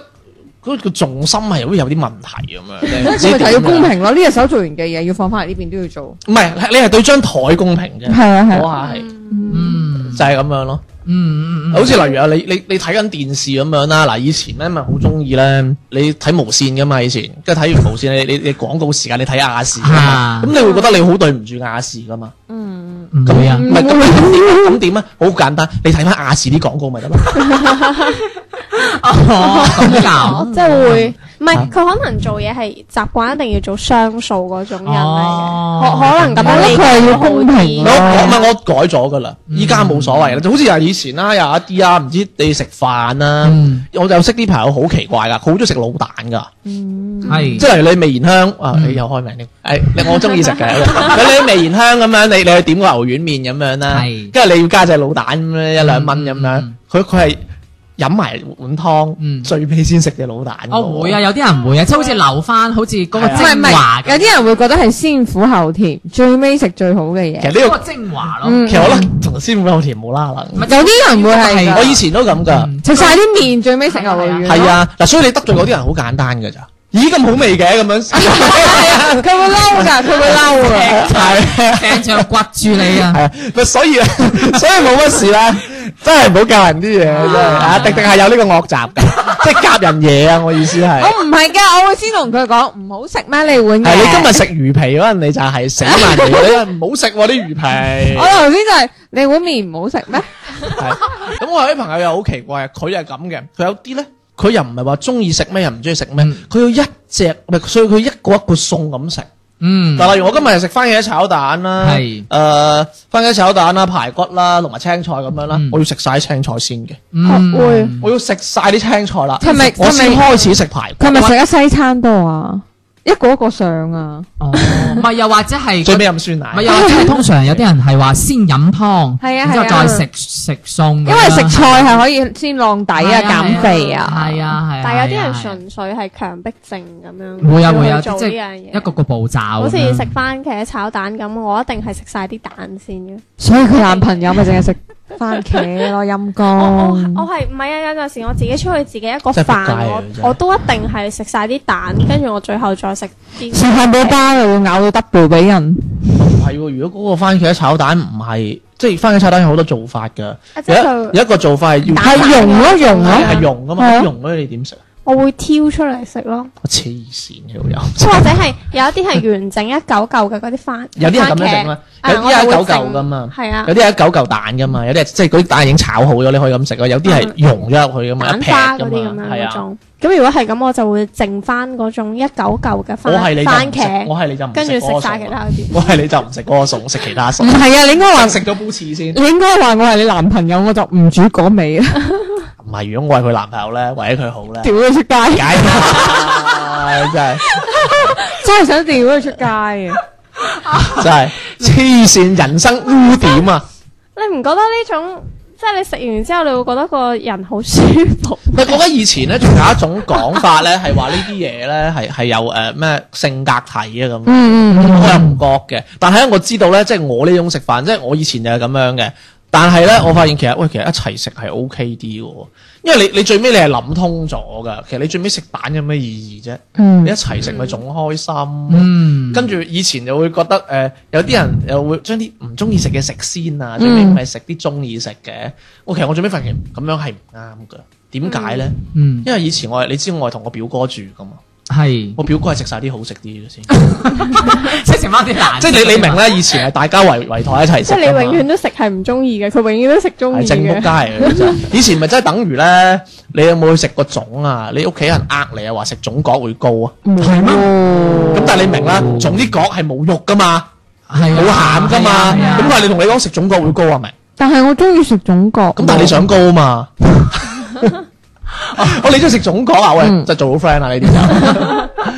[SPEAKER 1] 嗰個重心係會有啲問題咁
[SPEAKER 2] 嗯
[SPEAKER 1] 樣，你唔知啊
[SPEAKER 4] 咁咪就
[SPEAKER 1] 點
[SPEAKER 4] 要
[SPEAKER 1] 樣
[SPEAKER 4] 公，平咯。呢隻手做完嘅嘢要放翻嚟呢邊都要做，
[SPEAKER 1] 唔係你係對張台公平啫，
[SPEAKER 4] 係啊係啊
[SPEAKER 1] 嗰下係
[SPEAKER 2] 嗯
[SPEAKER 1] 就係咁樣咯，
[SPEAKER 2] 嗯嗯嗯，
[SPEAKER 1] 好似例如啊，你你你睇緊電視咁樣啦，嗱以前咧咪好中意咧，你睇無線噶嘛以前，跟住睇完無線，你你你廣告時間你睇亞視㗎嘛，
[SPEAKER 2] 啊
[SPEAKER 1] 咁你會覺得你好對唔住亞視噶嘛，
[SPEAKER 4] 哦
[SPEAKER 2] 唔會啊，
[SPEAKER 1] 唔係咁咁咁點啊？好簡單，你睇翻亞視啲廣告咪得咯。
[SPEAKER 2] 哦咁
[SPEAKER 4] [LAUGHS]
[SPEAKER 2] 搞，
[SPEAKER 3] 即係會，唔係佢可能做嘢係習慣一定要做雙數嗰種人嚟
[SPEAKER 2] 哦
[SPEAKER 3] 嘅，可可能咁樣理
[SPEAKER 4] 我覺得佢係要
[SPEAKER 3] 解好
[SPEAKER 4] 公
[SPEAKER 1] 我
[SPEAKER 4] 平咯
[SPEAKER 3] 啲。啊
[SPEAKER 1] 我唔係我改咗噶啦，依家冇所謂啦，就好似係以前啦，有一啲啊，唔知你食飯啦
[SPEAKER 2] 嗯，
[SPEAKER 1] 我就識啲朋友好奇怪噶，佢好中意食滷蛋噶，
[SPEAKER 4] 嗯
[SPEAKER 2] 係
[SPEAKER 1] 即係例如你味然香啊，
[SPEAKER 2] 嗯
[SPEAKER 1] 你又開名添，誒，你我中意食嘅，咁你味然香咁樣，你你去點個牛丸面咁樣啦
[SPEAKER 2] 係，
[SPEAKER 1] 跟住你要加隻滷蛋咁樣一兩蚊咁樣
[SPEAKER 2] 嗯，
[SPEAKER 1] 佢佢係飲埋碗
[SPEAKER 2] 嗯
[SPEAKER 1] 湯，最尾先食隻滏蛋㗎喎。
[SPEAKER 2] 我會啊，有啲人會啊，即係好似留翻好似嗰個
[SPEAKER 1] 係啊
[SPEAKER 4] 唔係唔
[SPEAKER 2] 精華
[SPEAKER 4] 係，有
[SPEAKER 2] 嘅，
[SPEAKER 4] 啲人會覺得係先苦後甜，最尾食最好嘅
[SPEAKER 1] 其
[SPEAKER 4] 嘢。
[SPEAKER 1] 實呢
[SPEAKER 2] 嗰
[SPEAKER 1] 個
[SPEAKER 2] 個精華咯，
[SPEAKER 4] 嗯
[SPEAKER 1] 其實我覺得同師傅有甜冇啦
[SPEAKER 2] 唔
[SPEAKER 1] 能，
[SPEAKER 2] 係
[SPEAKER 4] 有啲人會係㗎
[SPEAKER 1] 我以前都咁㗎。
[SPEAKER 2] 嗯
[SPEAKER 4] 食晒啲面，最尾食牛肉丸。
[SPEAKER 1] 係啊，嗱，所以你得罪嗰啲人好簡單㗎咋？咦，咁好味嘅咁 [LAUGHS] 樣，
[SPEAKER 4] [LAUGHS] 佢會嬲㗎，佢會嬲啊！
[SPEAKER 1] 係啊
[SPEAKER 2] 正就刮住你啊
[SPEAKER 4] [LAUGHS]
[SPEAKER 1] 係，啊，咪所以啊所以冇乜事啦，真係唔好教人啲嘢，真係啊！迪迪係有呢個惡習 [LAUGHS] 嘅，即係夾人嘢啊！我意思係，
[SPEAKER 4] 我唔係㗎，我會先同佢講唔好食咩你碗
[SPEAKER 1] 係
[SPEAKER 4] 嘅。
[SPEAKER 1] 你今日食魚皮嗰陣，你就係死埋嚟嘅，你唔好食喎啲魚皮
[SPEAKER 4] 我。頭先就係你碗面唔好食咩？
[SPEAKER 1] 係咁我有啲朋友又好奇怪，佢係咁嘅，佢有啲咧，佢又唔係話中意食咩，又唔中意食咩
[SPEAKER 2] 嗯，
[SPEAKER 1] 佢要一隻，唔係，所以佢一個一個餸咁食。
[SPEAKER 2] 嗯，
[SPEAKER 1] 嗱，例如我今日係食番茄炒蛋啦，
[SPEAKER 2] 係
[SPEAKER 1] 誒番茄炒蛋啦、排骨啦，同埋青菜咁樣啦
[SPEAKER 2] 嗯，
[SPEAKER 1] 我要食晒青菜先嘅，
[SPEAKER 2] 嗯
[SPEAKER 4] 會
[SPEAKER 1] 我要食晒啲青菜啦，
[SPEAKER 4] 係咪
[SPEAKER 1] 我先
[SPEAKER 4] 係咪
[SPEAKER 1] 開始食排骨
[SPEAKER 4] 佢係，咪食得西餐多啊？一個一個上啊！
[SPEAKER 2] 哦，唔係又或者係
[SPEAKER 1] 最尾飲酸奶
[SPEAKER 2] 唔係，又或
[SPEAKER 4] [LAUGHS]
[SPEAKER 2] 者係通常有啲人係話先飲湯，
[SPEAKER 4] 係啊
[SPEAKER 2] 然之後
[SPEAKER 4] 係啊
[SPEAKER 2] 再食食餸，因
[SPEAKER 4] 因為食菜係可以先浪底啊、減肥啊。
[SPEAKER 2] 係啊係啊。
[SPEAKER 3] 但有啲人
[SPEAKER 2] 係啊
[SPEAKER 3] 純粹係強迫症咁樣，
[SPEAKER 2] 會啊會
[SPEAKER 3] 要
[SPEAKER 2] 啊，
[SPEAKER 3] 去做
[SPEAKER 2] 即
[SPEAKER 3] 呢
[SPEAKER 2] 係
[SPEAKER 3] 樣嘢，
[SPEAKER 2] 一個個步驟
[SPEAKER 1] 啊
[SPEAKER 2] 咁樣。
[SPEAKER 3] 好似食番茄炒蛋咁，我一定係食晒啲蛋先嘅。
[SPEAKER 4] 所以佢男朋友咪淨係食番茄咯， [LAUGHS] 陰
[SPEAKER 3] 我我
[SPEAKER 4] 公。
[SPEAKER 3] 我係唔係啊？有陣時我自己出去自己一個
[SPEAKER 1] 哦真係仆
[SPEAKER 3] 飯，
[SPEAKER 1] 街啊真係
[SPEAKER 3] 我我都一定係食晒啲蛋，跟住我最後再食啲。
[SPEAKER 4] 食漢堡包又會咬到 double 俾人，
[SPEAKER 1] 唔係喎，如果嗰個番茄炒蛋唔係，即係番茄炒蛋有好多做法㗎，
[SPEAKER 3] 啊即
[SPEAKER 1] 有
[SPEAKER 3] 係
[SPEAKER 1] 一
[SPEAKER 3] 佢
[SPEAKER 1] 有一個做法係要
[SPEAKER 4] 係溶咯溶咯。
[SPEAKER 1] 係溶㗎嘛，
[SPEAKER 4] 係啊
[SPEAKER 1] 咁溶咧你點食啊？
[SPEAKER 3] 我會挑出嚟食咯，
[SPEAKER 1] 我黐線嘅會有，
[SPEAKER 3] 即係或者係有一啲係完整一嚿嚿嘅嗰啲番，
[SPEAKER 1] 有啲係咁樣
[SPEAKER 3] 番茄
[SPEAKER 1] 整啦，有
[SPEAKER 3] 啊
[SPEAKER 1] 啲
[SPEAKER 3] 我就
[SPEAKER 1] 係一
[SPEAKER 3] 會
[SPEAKER 1] 嚿嚿
[SPEAKER 3] 整
[SPEAKER 1] 㗎嘛。
[SPEAKER 3] 係啊
[SPEAKER 1] 有，啲係一嚿嚿蛋噶嘛，有啲係即係嗰啲蛋已經炒好咗，你可以咁食啊。有啲係溶咗入去噶嘛，一
[SPEAKER 3] 嗯蛋
[SPEAKER 1] 劈
[SPEAKER 3] 花
[SPEAKER 1] 噶
[SPEAKER 3] 嗰啲咁
[SPEAKER 1] 嘛，係
[SPEAKER 3] 樣嗰
[SPEAKER 1] 啊。
[SPEAKER 3] 種。咁如果係咁，我就會剩翻嗰種一嚿嚿嘅
[SPEAKER 1] 我
[SPEAKER 3] 番
[SPEAKER 1] 係你就
[SPEAKER 3] 番
[SPEAKER 1] 唔食，我
[SPEAKER 3] 茄，
[SPEAKER 1] 係你就唔
[SPEAKER 3] 跟住食晒其
[SPEAKER 1] 嗰個餸啊
[SPEAKER 3] 他嗰啲。
[SPEAKER 1] 我係你就唔食嗰個餸，食其他
[SPEAKER 4] 唔
[SPEAKER 3] [LAUGHS]
[SPEAKER 1] 餸。
[SPEAKER 4] 係啊，你應該話
[SPEAKER 1] 食咗煲翅先。
[SPEAKER 4] [LAUGHS] 你應該話我係你男朋友，我就唔煮嗰味啊！
[SPEAKER 1] 唔係，如果我係佢男朋友咧，為咗佢好咧，
[SPEAKER 4] [LAUGHS] 屌佢出街，
[SPEAKER 1] 解啦 [LAUGHS] 真係
[SPEAKER 4] 真係想屌佢出街啊！
[SPEAKER 1] 真係黐線，人生污點啊！
[SPEAKER 3] 你唔覺得呢種即係你食完之後，你會覺得個人好舒服？
[SPEAKER 1] 唔係，我覺得以前咧仲有一種講法咧，係話呢啲嘢咧係係有誒咩性格體啊咁。
[SPEAKER 4] 嗯嗯
[SPEAKER 1] 我又唔覺嘅，但係咧我知道咧，即係我呢種食飯，即係我以前就係咁樣嘅。但
[SPEAKER 2] 嗯
[SPEAKER 1] 係咧，我發現其實喂，其實一齊食係 O K 啲嘅喎，因為你你最尾你係諗通咗㗎。其實你最尾食蛋有咩意義啫？
[SPEAKER 4] 嗯
[SPEAKER 1] 你一齊食咪仲開心。
[SPEAKER 2] 嗯，
[SPEAKER 1] 跟住以前就會覺得誒、呃有啲人又會將啲唔中意食嘅食先
[SPEAKER 2] 嗯
[SPEAKER 1] 啊，最尾咪食啲中意食嘅。我其實我最尾發現咁樣係唔啱㗎。點解咧？
[SPEAKER 2] 嗯
[SPEAKER 1] 因為以前我係你知我係同我表哥住㗎嘛，
[SPEAKER 2] 係
[SPEAKER 1] [LAUGHS] 我表哥係食晒啲好食啲嘅先。
[SPEAKER 2] 即係食翻啲蛋，
[SPEAKER 1] [LAUGHS] 即係你你明啦，
[SPEAKER 3] [LAUGHS]
[SPEAKER 1] 以前係大家圍圍台一齊 [LAUGHS] 食
[SPEAKER 3] 即
[SPEAKER 1] 啊
[SPEAKER 3] 係
[SPEAKER 1] 㗎嘛，
[SPEAKER 3] 你永遠都食係唔中意嘅，佢永遠都食中意
[SPEAKER 1] 係正仆街
[SPEAKER 3] 嘅。
[SPEAKER 1] 嚟
[SPEAKER 3] [LAUGHS]
[SPEAKER 1] 嘅真係。以前咪真係等於咧，你有冇去食過粽啊？你屋企人呃你啊，話食粽角會高啊。
[SPEAKER 4] 係咩？
[SPEAKER 1] 咁但係你明啦，
[SPEAKER 3] 哦
[SPEAKER 1] 粽啲角係冇肉噶嘛，
[SPEAKER 2] 係
[SPEAKER 1] 冇
[SPEAKER 3] 啊
[SPEAKER 1] 餡噶嘛。咁但
[SPEAKER 2] 咁
[SPEAKER 1] 係你同你講食粽角會高啊，咪？
[SPEAKER 4] 但係我中意食粽角。
[SPEAKER 1] 咁但係你想高啊
[SPEAKER 3] [LAUGHS]
[SPEAKER 1] 嘛？ [LAUGHS] 我你中意食粽角啊？喂，
[SPEAKER 4] 嗯
[SPEAKER 1] 就做好 friend 啦，呢
[SPEAKER 3] [LAUGHS]
[SPEAKER 1] 啲就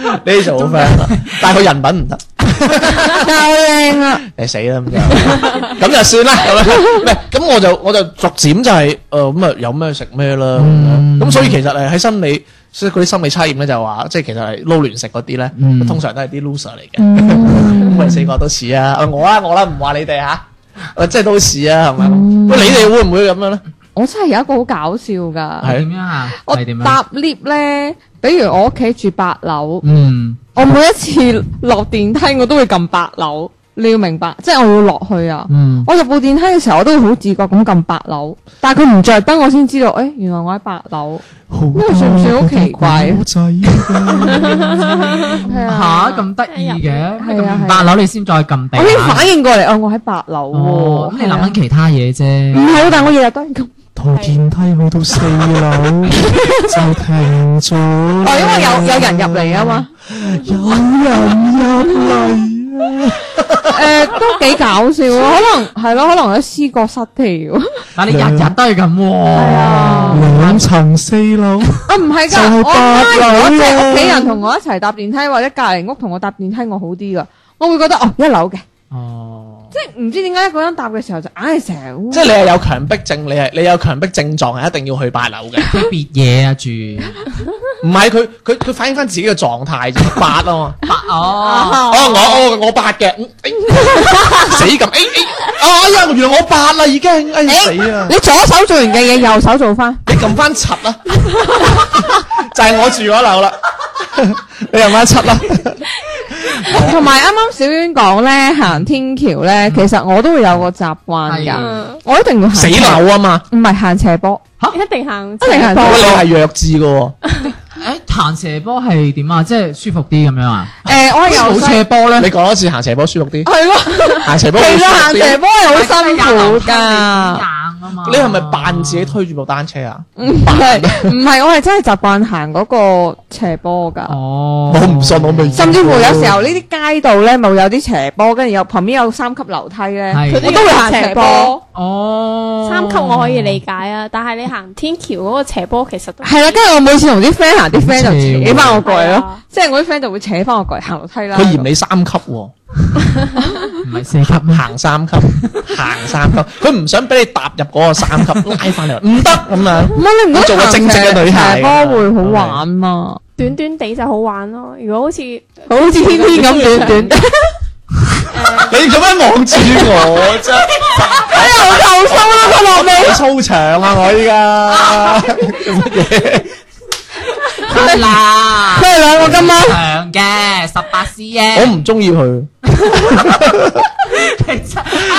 [SPEAKER 1] 呢啲做好 friend 啦。但係佢人品唔得。 [LAUGHS]
[SPEAKER 4] 夠靚啊！
[SPEAKER 2] [LAUGHS]
[SPEAKER 1] 你死啦咁就咁就算啦咁樣，唔係咁我就我就逐漸就係誒咁啊有咩食咩啦咁樣咁所以其實誒喺心理所以嗰啲心理測驗咧就話即係其實係撈亂食嗰啲咧，
[SPEAKER 2] 嗯
[SPEAKER 1] 通常都係啲 loser 嚟 [LAUGHS] 嘅，咁我哋四個都 [LAUGHS] 似啊，啊我啦我啦唔話你哋嚇，啊即係都似啊係咪？喂你哋會唔會咁樣咧？
[SPEAKER 4] 我真係有一個好搞笑噶，
[SPEAKER 2] 係點樣啊？
[SPEAKER 4] 我
[SPEAKER 2] 係點樣？
[SPEAKER 4] 搭 lift 咧，比如我屋企住八樓，
[SPEAKER 2] 嗯，
[SPEAKER 4] 我每一次落電梯我都會撳八樓，你要明白，即係我要落去啊。
[SPEAKER 2] 嗯，
[SPEAKER 4] 我入部電梯嘅時候，我都會好自覺咁撳八樓，但係佢唔着燈，我先知道，诶、原來我喺八樓。
[SPEAKER 1] 好
[SPEAKER 4] 呢個算唔算好奇怪
[SPEAKER 1] 多個古 [LAUGHS] 仔
[SPEAKER 2] 嗯
[SPEAKER 4] 係
[SPEAKER 2] 吓咁得意嘅，
[SPEAKER 4] 啊
[SPEAKER 2] 咩
[SPEAKER 4] 係
[SPEAKER 2] 咁
[SPEAKER 4] 啊
[SPEAKER 2] 八樓你先再撳地
[SPEAKER 4] 我先
[SPEAKER 2] 下。
[SPEAKER 4] 反應過嚟，哦，我喺八樓
[SPEAKER 2] 哦，
[SPEAKER 4] 喎。
[SPEAKER 2] 咁你
[SPEAKER 4] 係
[SPEAKER 2] 諗
[SPEAKER 4] 啊
[SPEAKER 2] 緊其他嘢
[SPEAKER 4] 唔
[SPEAKER 2] 啫。
[SPEAKER 4] 係，但我日日都係咁。
[SPEAKER 1] 台電梯去到四 [LAUGHS] 樓就停咗。[LAUGHS]
[SPEAKER 4] 哦，因為有有人入嚟啊嘛。
[SPEAKER 1] 有人入嚟啊！
[SPEAKER 4] 诶、都幾搞笑 [LAUGHS] 啊！可能係咯，可能有思覺失調。
[SPEAKER 2] 但你日日都係咁喎。
[SPEAKER 1] 兩層四樓，
[SPEAKER 4] [LAUGHS] 啊，唔係
[SPEAKER 1] 就係
[SPEAKER 4] 㗎，我
[SPEAKER 1] 八
[SPEAKER 4] 媽如果
[SPEAKER 1] 樓
[SPEAKER 4] 即係
[SPEAKER 1] 啊
[SPEAKER 4] 屋企人同我一齊搭電梯，或者隔離屋同我搭電梯，我好啲㗎。我會覺得哦，一樓嘅，
[SPEAKER 2] 哦，
[SPEAKER 4] 即係唔知點解一個人搭嘅時候就硬係成
[SPEAKER 1] 即係你係有強迫症，你係你有強迫症狀，係一定要去八樓嘅。
[SPEAKER 2] 即係別嘢啊
[SPEAKER 4] [LAUGHS]
[SPEAKER 2] 住。
[SPEAKER 1] 唔係佢佢佢反映翻自己嘅狀態啫，八啊嘛。
[SPEAKER 2] 哦，
[SPEAKER 1] 哦，我我我八嘅，嗯哎死咁，哎哎，哎呀，原來我八啦已經，哎死啊！
[SPEAKER 4] 你左手做完嘅嘢，右手 [LAUGHS] 做翻。
[SPEAKER 1] 你撳翻七啦，就係我住嗰樓啦，你撳翻七啦，
[SPEAKER 4] 同埋啱啱小婉講咧，行天橋咧，其實我都會有個習慣
[SPEAKER 2] 係
[SPEAKER 4] 㗎，
[SPEAKER 3] 嗯，
[SPEAKER 4] 我一定要行
[SPEAKER 1] 死樓啊嘛，
[SPEAKER 4] 唔係行斜坡，
[SPEAKER 3] 一定行
[SPEAKER 4] 一定
[SPEAKER 1] 喂，你
[SPEAKER 4] 行斜坡。
[SPEAKER 1] 係弱智噶喎。
[SPEAKER 2] 誒彈射波係點啊？即係舒服啲咁樣啊？
[SPEAKER 4] [LAUGHS] 诶，哎我係由
[SPEAKER 2] 冇
[SPEAKER 4] 細
[SPEAKER 2] 斜波咧
[SPEAKER 1] 你。講多次行斜坡舒服啲，
[SPEAKER 4] 係咯，
[SPEAKER 1] 行斜
[SPEAKER 4] 其
[SPEAKER 1] 坡會舒服
[SPEAKER 4] 實行斜
[SPEAKER 1] 啲。
[SPEAKER 4] 坡係好辛苦
[SPEAKER 2] 硬
[SPEAKER 4] 㗎。
[SPEAKER 2] 啊嘛。
[SPEAKER 1] 你係咪扮自己推住部單車啊？
[SPEAKER 4] 唔系唔系，我係真係習慣行嗰個斜坡㗎，
[SPEAKER 2] 哦，
[SPEAKER 1] 我唔信我未
[SPEAKER 4] 甚至乎有時候呢啲街道咧，咪會有啲斜坡，跟住有旁邊有三級樓梯咧，
[SPEAKER 2] 係
[SPEAKER 4] 我都會行斜坡。
[SPEAKER 2] 哦，
[SPEAKER 3] 三級我可以理解啊，但係你行天橋嗰個斜坡其實都
[SPEAKER 4] 係啦，跟住我每次同啲 friend 行，啲 friend 就扯翻我過嚟
[SPEAKER 3] 係
[SPEAKER 4] 咯
[SPEAKER 3] 啊，
[SPEAKER 4] 即係我啲 friend 就會扯翻我過嚟行樓梯啦。
[SPEAKER 1] 佢嫌你三級喎，
[SPEAKER 2] 唔係四級咩？
[SPEAKER 1] 行三級，行三級，佢唔想俾你踏入嗰個三級， [LAUGHS] 拉翻嚟，唔得咁樣。
[SPEAKER 4] 唔係你唔覺得
[SPEAKER 1] 做個
[SPEAKER 4] 行
[SPEAKER 1] 正直嘅女孩
[SPEAKER 4] 斜坡會好玩嘛？
[SPEAKER 3] 短短地就好玩咯。如果好似
[SPEAKER 4] 好似天天咁短短，
[SPEAKER 1] 你做咩望住我啫？
[SPEAKER 4] 哎呀，好嘔心啊！佢落尾，
[SPEAKER 1] 好粗長啊！我依家做乜嘢？
[SPEAKER 2] 得啦
[SPEAKER 4] 佢，哋兩個今
[SPEAKER 2] 長
[SPEAKER 4] 晚
[SPEAKER 2] 嘅十八 cm。
[SPEAKER 1] 啊我唔中意佢。啊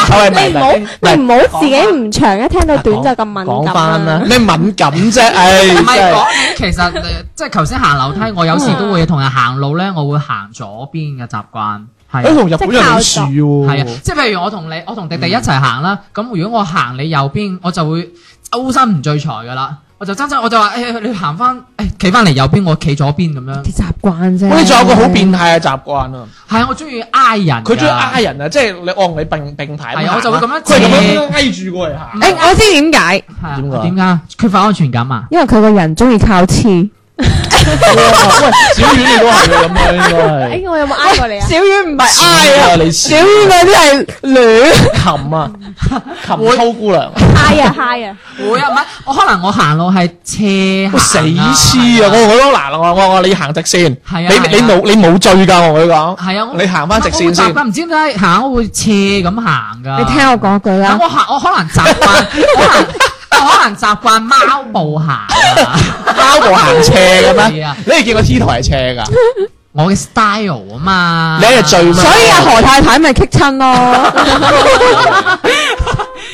[SPEAKER 1] 係咪
[SPEAKER 3] 你唔好
[SPEAKER 1] 敏感
[SPEAKER 3] 你唔好自己唔長，一聽到短就咁敏
[SPEAKER 1] 講
[SPEAKER 3] 感
[SPEAKER 1] 翻啦
[SPEAKER 3] 啊，。
[SPEAKER 1] 咩敏感啫？唉，
[SPEAKER 2] 唔
[SPEAKER 1] 真
[SPEAKER 2] 係講緊，
[SPEAKER 1] 係
[SPEAKER 2] 其實誒即係頭先行樓梯，我有時
[SPEAKER 3] 嗯
[SPEAKER 2] 都會同人行路咧，我會行左邊嘅習慣，係啊
[SPEAKER 1] 誒哎同日本人好似
[SPEAKER 2] 係啊
[SPEAKER 1] 喎，，
[SPEAKER 2] 即係譬如我
[SPEAKER 1] 嗯
[SPEAKER 2] 同你，我同迪迪一齊行啦，咁如果我行你右邊，我就會周身唔聚財噶啦，我就真真我就話哎誒你行翻誒企翻嚟右邊，我企左邊咁樣，
[SPEAKER 4] 啲習慣啫。
[SPEAKER 1] 我哋仲有個好變態嘅習慣啊！
[SPEAKER 2] 係啊，我中意挨人㗎，
[SPEAKER 1] 佢中意挨人啊，即係你按你並並排咁
[SPEAKER 2] 係啊
[SPEAKER 1] 行啊，
[SPEAKER 2] 我就會咁樣
[SPEAKER 1] 佢係咁
[SPEAKER 2] 斜
[SPEAKER 1] 樣挨住過嚟行。
[SPEAKER 4] 诶，我知點解，
[SPEAKER 2] 哎係啊
[SPEAKER 1] 點㗎
[SPEAKER 2] 點解缺乏安全感啊？
[SPEAKER 4] 因為佢個人中意靠黐。
[SPEAKER 1] 喂，小丸你都係咁樣
[SPEAKER 3] 哎
[SPEAKER 1] 應該係，
[SPEAKER 3] 我有冇挨過你啊？
[SPEAKER 4] 小丸唔
[SPEAKER 2] 哎
[SPEAKER 4] 係嗌啊，
[SPEAKER 1] 你
[SPEAKER 4] 小丸嗰啲係亂。
[SPEAKER 1] 琴啊，琴秋姑
[SPEAKER 2] [LAUGHS]
[SPEAKER 1] 娘，
[SPEAKER 3] 嗨
[SPEAKER 1] [LAUGHS]
[SPEAKER 3] 啊嗨啊！
[SPEAKER 2] 會啊，唔係我可能我行路係斜
[SPEAKER 1] 我死
[SPEAKER 2] 行啊
[SPEAKER 1] 黐啊！我好難啊！我我我你行直線，
[SPEAKER 2] 係啊
[SPEAKER 1] 你
[SPEAKER 2] 係啊
[SPEAKER 1] 你冇你冇醉㗎，我同你講。
[SPEAKER 2] 係啊，我
[SPEAKER 1] 你行返直線先
[SPEAKER 2] 我習慣唔知點解行，我會斜咁行㗎。
[SPEAKER 4] 你聽我講句啦
[SPEAKER 2] 啊，我行我可能習慣，我可能我可能習慣貓步行啊，
[SPEAKER 1] 包步行斜嘅
[SPEAKER 2] 係
[SPEAKER 1] 咩
[SPEAKER 2] 啊？
[SPEAKER 1] 你哋見過 T 台係斜㗎？
[SPEAKER 2] 我嘅 style 啊嘛。
[SPEAKER 1] 你係醉嘛？
[SPEAKER 4] 所以阿何太太咪激親
[SPEAKER 1] [LAUGHS]
[SPEAKER 4] 咯。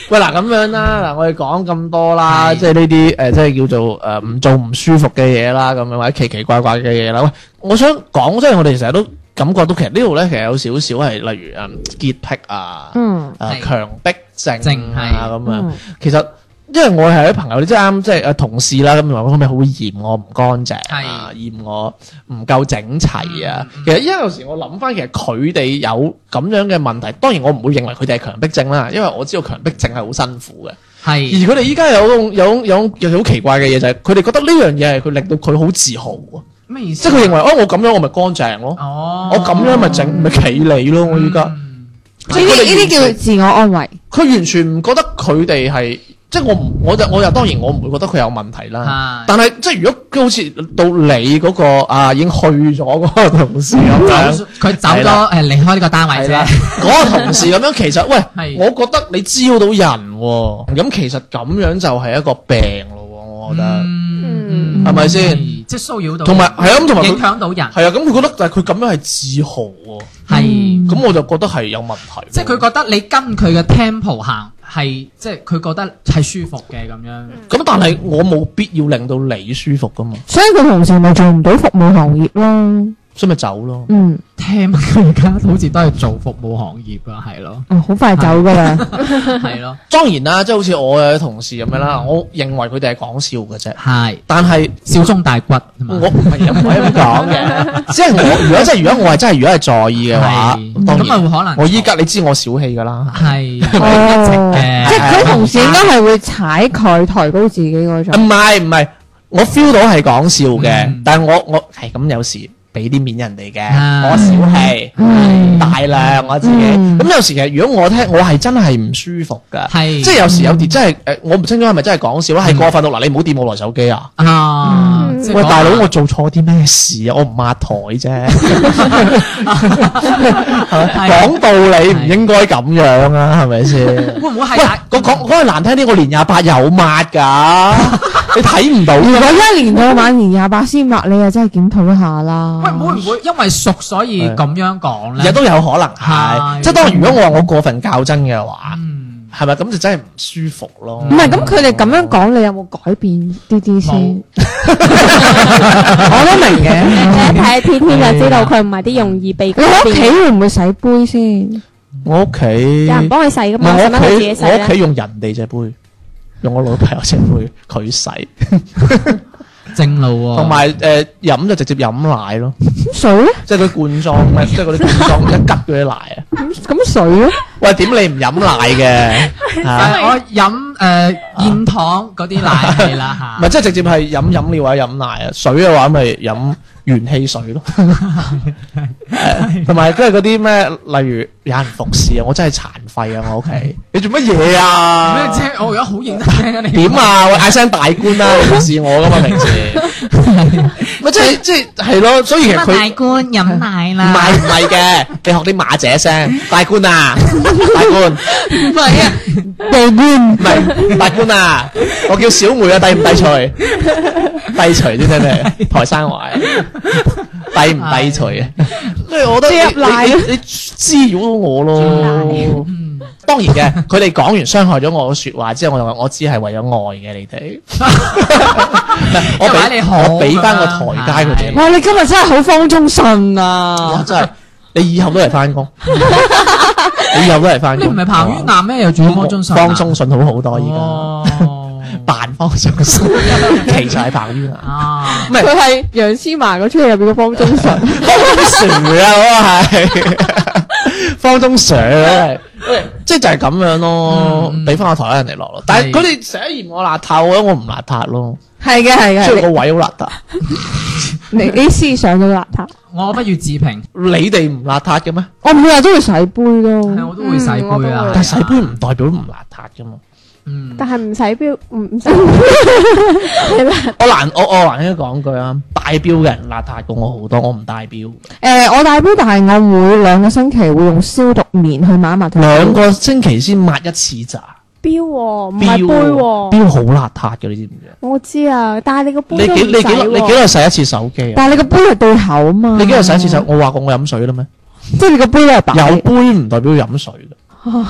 [SPEAKER 1] 喂嗱咁樣啦，嗱我哋講咁多啦，即係呢啲呃誒，即係叫做誒唔做唔舒服嘅嘢啦，咁樣或者奇奇怪怪嘅嘢啦。喂，我想講，即係我哋成日都感覺到其實呢度咧，其實有少少係例如誒嗯潔癖啊，
[SPEAKER 4] 嗯，
[SPEAKER 1] 誒
[SPEAKER 2] 係
[SPEAKER 1] 強迫症
[SPEAKER 2] 症
[SPEAKER 1] 啊
[SPEAKER 2] 係
[SPEAKER 1] 咁樣。其實因為我係啲朋友，你即係啱，即係誒同事啦，咁話我咪好嫌我唔乾淨啊，嫌我唔夠整齊啊。其實因為有時我諗翻，其實佢哋有咁樣嘅問題，當然我唔會認為佢哋係強迫症啦，因為我知道強迫症係好辛苦嘅。而
[SPEAKER 2] 係
[SPEAKER 1] 佢哋依家有種有種有種有種好奇怪嘅嘢，就係佢哋覺得呢樣嘢係佢令到佢好自豪啊，
[SPEAKER 2] 咩意思
[SPEAKER 1] 即
[SPEAKER 2] 啊？
[SPEAKER 1] 係佢認為哦，我咁樣我咪乾淨咯，
[SPEAKER 2] 哦，
[SPEAKER 1] 我咁樣咪整咪企理咯，我依家。
[SPEAKER 2] 嗯
[SPEAKER 4] 呢啲呢啲叫自我安慰。
[SPEAKER 1] 佢完全唔覺得佢哋係，即係我唔，我就我又當然我唔會覺得佢有問題
[SPEAKER 2] 係。
[SPEAKER 1] 啦但係即係如果佢好似到你嗰、個啊已經去咗嗰個同事
[SPEAKER 2] [LAUGHS]
[SPEAKER 1] 咁樣，
[SPEAKER 2] 走佢走
[SPEAKER 1] 係
[SPEAKER 2] 咗
[SPEAKER 1] 啦
[SPEAKER 2] 誒離開呢個單位
[SPEAKER 1] 係啦
[SPEAKER 2] 啫，，
[SPEAKER 1] 嗰個同事咁樣，其實喂，
[SPEAKER 2] 係
[SPEAKER 1] 我覺得你招到人喎，咁其實咁樣就係一個病咯喎，我覺得
[SPEAKER 2] 嗯
[SPEAKER 1] 係咪先？
[SPEAKER 2] 嗯即係騷擾到，
[SPEAKER 1] 同埋係啊咁同埋佢
[SPEAKER 2] 影響到人，
[SPEAKER 1] 係啊，咁佢覺得但係佢咁樣係自豪喎，
[SPEAKER 2] 係
[SPEAKER 1] 咁我就覺得係有問題喎。
[SPEAKER 2] 嗯即係佢覺得你跟佢嘅 tempo 行係，即係佢覺得係舒服嘅咁樣。
[SPEAKER 1] [LAUGHS] 咁，但係我冇必要令到你舒服噶嘛，
[SPEAKER 4] 所以佢同時咪做唔到服務行業咯。
[SPEAKER 1] 所以咪走咯。
[SPEAKER 4] 嗯，，
[SPEAKER 2] 聽佢而家好似都係做服務行業啊，係咯
[SPEAKER 4] 啊好快走噶啦，
[SPEAKER 2] 係咯，
[SPEAKER 1] 當然啦，即係好似我嘅同事咁樣啦，我認為佢哋係講笑嘅啫，
[SPEAKER 2] 係
[SPEAKER 1] 但係。
[SPEAKER 2] 小中大骨係
[SPEAKER 1] 我
[SPEAKER 2] 嘛
[SPEAKER 1] 唔係又唔可以咁講嘅， [LAUGHS] 即係我如果真係如果我係真係如果係在意嘅話，
[SPEAKER 2] 係
[SPEAKER 1] 咁當啊
[SPEAKER 2] 咁咪
[SPEAKER 1] 然
[SPEAKER 2] 會可能
[SPEAKER 1] 我依家你知我小氣㗎啦，
[SPEAKER 2] 係
[SPEAKER 4] 哦，
[SPEAKER 2] 嘅
[SPEAKER 4] 即係佢同事應該係會踩佢抬高自己嗰
[SPEAKER 1] 唔
[SPEAKER 4] 種。
[SPEAKER 1] 係唔係，我 feel 到係講笑
[SPEAKER 2] 嗯
[SPEAKER 1] 嘅，但係我我係咁有時俾啲面人哋嘅，
[SPEAKER 2] 啊
[SPEAKER 1] 我小氣大量我自己，
[SPEAKER 4] 嗯
[SPEAKER 1] 咁有時其實如果我聽我係真係唔舒服㗎，
[SPEAKER 2] 係
[SPEAKER 1] 即係有時有啲真係誒，我唔清楚係咪真係講笑啦，係過分到嗱，你唔好掂我台手機啊！
[SPEAKER 2] 啊，
[SPEAKER 3] 嗯
[SPEAKER 2] 即係
[SPEAKER 1] 喂，
[SPEAKER 2] 講
[SPEAKER 1] 大佬，
[SPEAKER 2] [LAUGHS]
[SPEAKER 1] 我做錯啲咩事啊？我唔抹台啫，
[SPEAKER 2] 係
[SPEAKER 1] 講道理唔應該咁樣啊，係咪先？
[SPEAKER 2] 會唔會係啊
[SPEAKER 1] 喂
[SPEAKER 2] 大，
[SPEAKER 1] 我講講句難聽啲，我年廿八有抹
[SPEAKER 2] [LAUGHS]
[SPEAKER 1] 㗎，你睇唔到
[SPEAKER 4] 如
[SPEAKER 1] 㗎
[SPEAKER 4] 果一年到晚年廿八先抹，你又真係檢討一下啦。
[SPEAKER 2] 喂，會唔會因為熟所以咁樣講
[SPEAKER 1] 亦
[SPEAKER 2] 咧？
[SPEAKER 1] 都有可能
[SPEAKER 2] 係
[SPEAKER 1] 係，即係當然，如果我話我過分較真嘅話，
[SPEAKER 2] 嗯，
[SPEAKER 1] 係咪咁就真係唔舒服咯？
[SPEAKER 4] 唔係咁，佢哋咁樣講，你有冇改變啲
[SPEAKER 2] 冇
[SPEAKER 4] 啲先？ [LAUGHS] 我都明嘅。
[SPEAKER 3] 你一睇天天就知道佢唔係啲容易被
[SPEAKER 4] 你喺屋企會唔會洗杯先？
[SPEAKER 1] 我屋企
[SPEAKER 3] 有人
[SPEAKER 1] 唔
[SPEAKER 3] 幫佢洗噶嘛，使
[SPEAKER 1] 係
[SPEAKER 3] 乜佢
[SPEAKER 1] 我
[SPEAKER 3] 自
[SPEAKER 1] 屋
[SPEAKER 3] 己啊
[SPEAKER 1] 企，
[SPEAKER 3] 洗
[SPEAKER 1] 我屋企
[SPEAKER 3] 咧？
[SPEAKER 1] 用人哋隻杯，用我女朋友隻杯，佢洗，
[SPEAKER 2] 正路喎。
[SPEAKER 1] 同埋誒飲就直接飲奶咯，
[SPEAKER 4] 咁水咧？
[SPEAKER 1] 即係佢罐裝咩？即係嗰啲罐裝一吉嗰啲奶啊！ [LAUGHS]
[SPEAKER 4] 咁咁水咧？
[SPEAKER 1] 喂，點你唔飲奶
[SPEAKER 2] 誒
[SPEAKER 1] 嘅？嚇
[SPEAKER 2] 我飲誒燕糖嗰啲奶係
[SPEAKER 1] [LAUGHS]
[SPEAKER 2] 啦嚇。
[SPEAKER 1] 咪即係直接係飲飲料或者飲奶啊，水嘅話咪飲元氣水 [LAUGHS] 咯，誒同埋即係嗰啲咩，例如有人服侍啊，我真係殘廢啊，我屋企，你做乜嘢
[SPEAKER 2] 咩
[SPEAKER 1] 啊？
[SPEAKER 2] 啫？我而家好認真聽緊你
[SPEAKER 1] 點？啊？喂，嗌聲大官 [LAUGHS] 啦，你服侍我噶嘛平 [LAUGHS] 時，咪即係即係係咯，所以其實佢
[SPEAKER 2] 官飲奶
[SPEAKER 1] 唔係唔係嘅，你學啲馬姐聲，大 [LAUGHS] 官啊，大官。
[SPEAKER 2] 唔係啊？
[SPEAKER 4] 地官
[SPEAKER 1] 唔係大官啊，我叫小梅啊，低唔低除？低除啲
[SPEAKER 2] [LAUGHS]
[SPEAKER 1] 真係台山話，低唔低除啊？即係我覺得你你你你滋擾到我咯。當然嘅，佢哋講完傷害咗我嘅説話之後，我就話我只係為咗愛嘅
[SPEAKER 2] [LAUGHS]
[SPEAKER 1] 你哋。我
[SPEAKER 2] 因為
[SPEAKER 1] 俾
[SPEAKER 2] 你好
[SPEAKER 1] 我俾翻個台階佢哋。
[SPEAKER 4] 哇！你今日真係好方中信啊
[SPEAKER 1] 哇！！真係，你以後都嚟
[SPEAKER 2] [LAUGHS]
[SPEAKER 1] 翻工，你以後都嚟翻
[SPEAKER 2] 你
[SPEAKER 1] 工。哦
[SPEAKER 2] 唔係彭于晏咩？又做方中信啊？
[SPEAKER 1] 方中信好好多而家。
[SPEAKER 2] 哦
[SPEAKER 1] 扮方上 [LAUGHS] 身，其實係彭于晏。
[SPEAKER 2] 啊！
[SPEAKER 1] 唔係
[SPEAKER 4] 佢係楊思曼嗰出戲入邊嘅方中信，
[SPEAKER 1] 方中 Sir 啊，我係方中 Sir 啊， [LAUGHS] 即係就係咁樣咯
[SPEAKER 2] 嗯嗯，
[SPEAKER 1] 俾翻個台灣人哋落咯。但
[SPEAKER 2] 係
[SPEAKER 1] 係佢哋成日嫌我邋遢，我覺得我唔邋遢咯，
[SPEAKER 4] [LAUGHS] 係嘅 [LAUGHS] 係
[SPEAKER 1] 即係個
[SPEAKER 4] 嘅，
[SPEAKER 1] 位好邋遢。
[SPEAKER 4] 你你思想到邋遢。
[SPEAKER 2] 我不如自評，
[SPEAKER 1] 你哋唔邋遢嘅咩？
[SPEAKER 4] 我每日都會洗杯
[SPEAKER 2] 係
[SPEAKER 4] 咯，
[SPEAKER 2] 我都會洗
[SPEAKER 3] 嗯我都
[SPEAKER 2] 杯啊
[SPEAKER 3] 會。
[SPEAKER 1] 但係洗杯唔代表唔邋遢噶嘛。
[SPEAKER 2] 嗯，
[SPEAKER 3] 但係唔使標，唔唔使
[SPEAKER 1] 我難我我難聽講句啊，戴表嘅人邋遢過我好多，我唔戴表。
[SPEAKER 4] 誒我大杯，但係我每兩個星期會用消毒棉去抹一抹佢。
[SPEAKER 1] 兩個星期先抹一次咋，
[SPEAKER 3] 標喎，唔
[SPEAKER 1] 表
[SPEAKER 3] 係杯喎。
[SPEAKER 1] 表好邋遢嘅，你知唔知啊？
[SPEAKER 3] 我知啊，但係你個杯
[SPEAKER 1] 你
[SPEAKER 3] 都唔
[SPEAKER 1] 幾
[SPEAKER 3] 使
[SPEAKER 1] 你幾耐你幾
[SPEAKER 3] 喎。
[SPEAKER 1] 耐洗一次手機啊？
[SPEAKER 4] 但係你個杯係對口啊嘛，
[SPEAKER 1] 你幾日洗一次手？我話過我飲水啦咩？
[SPEAKER 4] 即係你個杯都係白哦
[SPEAKER 1] 有杯唔代表飲水嘅。啊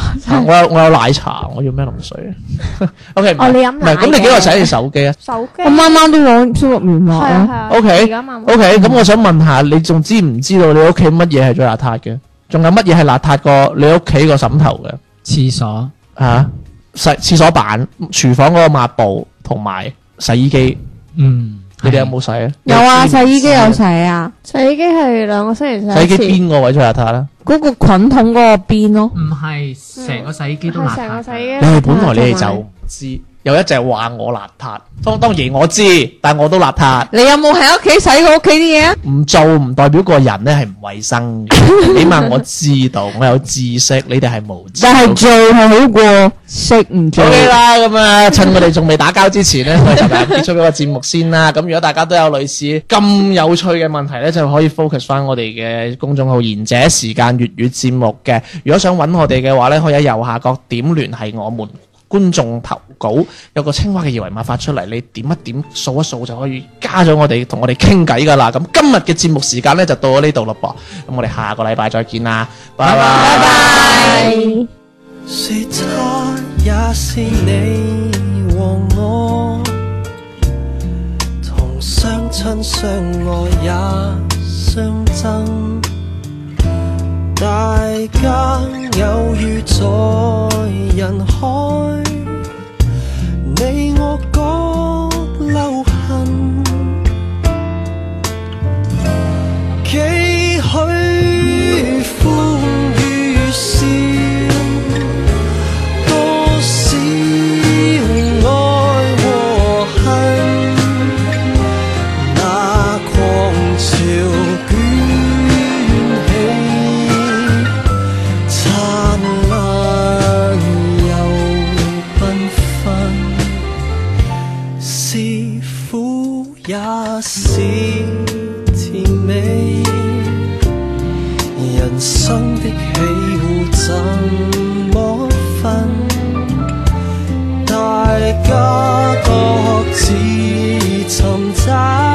[SPEAKER 1] 我有我有奶茶，我要咩淋水 [LAUGHS] 啊？OK，唔係
[SPEAKER 3] 哦你飲
[SPEAKER 1] 唔係
[SPEAKER 3] 奶
[SPEAKER 1] 咁你幾
[SPEAKER 3] 嘅
[SPEAKER 1] 日洗一次手機啊
[SPEAKER 3] 手機
[SPEAKER 4] 我啱啱都攞消毒棉
[SPEAKER 3] 係
[SPEAKER 4] 抹
[SPEAKER 3] 啊係
[SPEAKER 4] 啊，
[SPEAKER 3] 啊。
[SPEAKER 1] Ờ, OK
[SPEAKER 3] 而家慢慢
[SPEAKER 1] ？OK，咁我想問下，你仲知唔知道你屋企乜嘢係最邋遢嘅？仲有乜嘢係邋遢過你屋企個枕頭嘅？
[SPEAKER 2] 廁所
[SPEAKER 1] 啊，洗廁所板、廚房嗰個抹布同埋洗衣機，
[SPEAKER 2] 嗯，
[SPEAKER 1] 你哋有冇洗啊？
[SPEAKER 4] 有啊，洗衣機有洗啊，
[SPEAKER 3] 洗衣機係兩個星期
[SPEAKER 1] 洗衣機
[SPEAKER 3] 一次
[SPEAKER 1] 邊個位最邋遢咧？啊
[SPEAKER 4] 嗰個滾筒嗰個邊咯，
[SPEAKER 2] 唔係成個洗衣機都邋
[SPEAKER 3] 係成
[SPEAKER 2] 遢
[SPEAKER 3] 個洗衣
[SPEAKER 4] 啊
[SPEAKER 2] 㗎。
[SPEAKER 3] 機
[SPEAKER 1] 你
[SPEAKER 3] 邋
[SPEAKER 1] 哋
[SPEAKER 3] 遢
[SPEAKER 1] 本來你哋就
[SPEAKER 3] 同埋
[SPEAKER 1] 唔知，有一隻話我邋遢，當當然我知，但我都邋遢。
[SPEAKER 4] 你有冇喺屋企洗過屋企啲嘢啊？
[SPEAKER 1] 唔做唔代表個人咧係唔衞生
[SPEAKER 4] [LAUGHS]
[SPEAKER 1] 嘅，起碼我知道，我有知識，你哋係無知。
[SPEAKER 4] 但係做係好過識唔做
[SPEAKER 1] O。K 啦，咁啊，趁我哋仲未打交之前咧， [LAUGHS] 我哋就結束咗個節目先啦。咁如果大家都有類似咁有趣嘅問題咧，就可以 focus 翻我哋嘅公眾號《賢者時間粵語節目》嘅。如果想揾我哋嘅話咧，可以喺右下角點聯繫我們。觀眾投稿，有個青蛙嘅二維碼發出嚟，你點一點掃一掃就可以加咗我哋同我哋傾偈噶啦。咁今日嘅節目時間呢，就到咗呢度咯噃，咁我哋下個禮拜再見啦，拜拜
[SPEAKER 5] 說他也是你和我，同相親相愛也相爭，大家偶遇在人海，你我各留痕，幾許歡與笑。多少愛和恨，那狂潮捲起，燦爛又繽紛，是苦也是甜美，人生的喜惡怎麼分？大家各自尋找。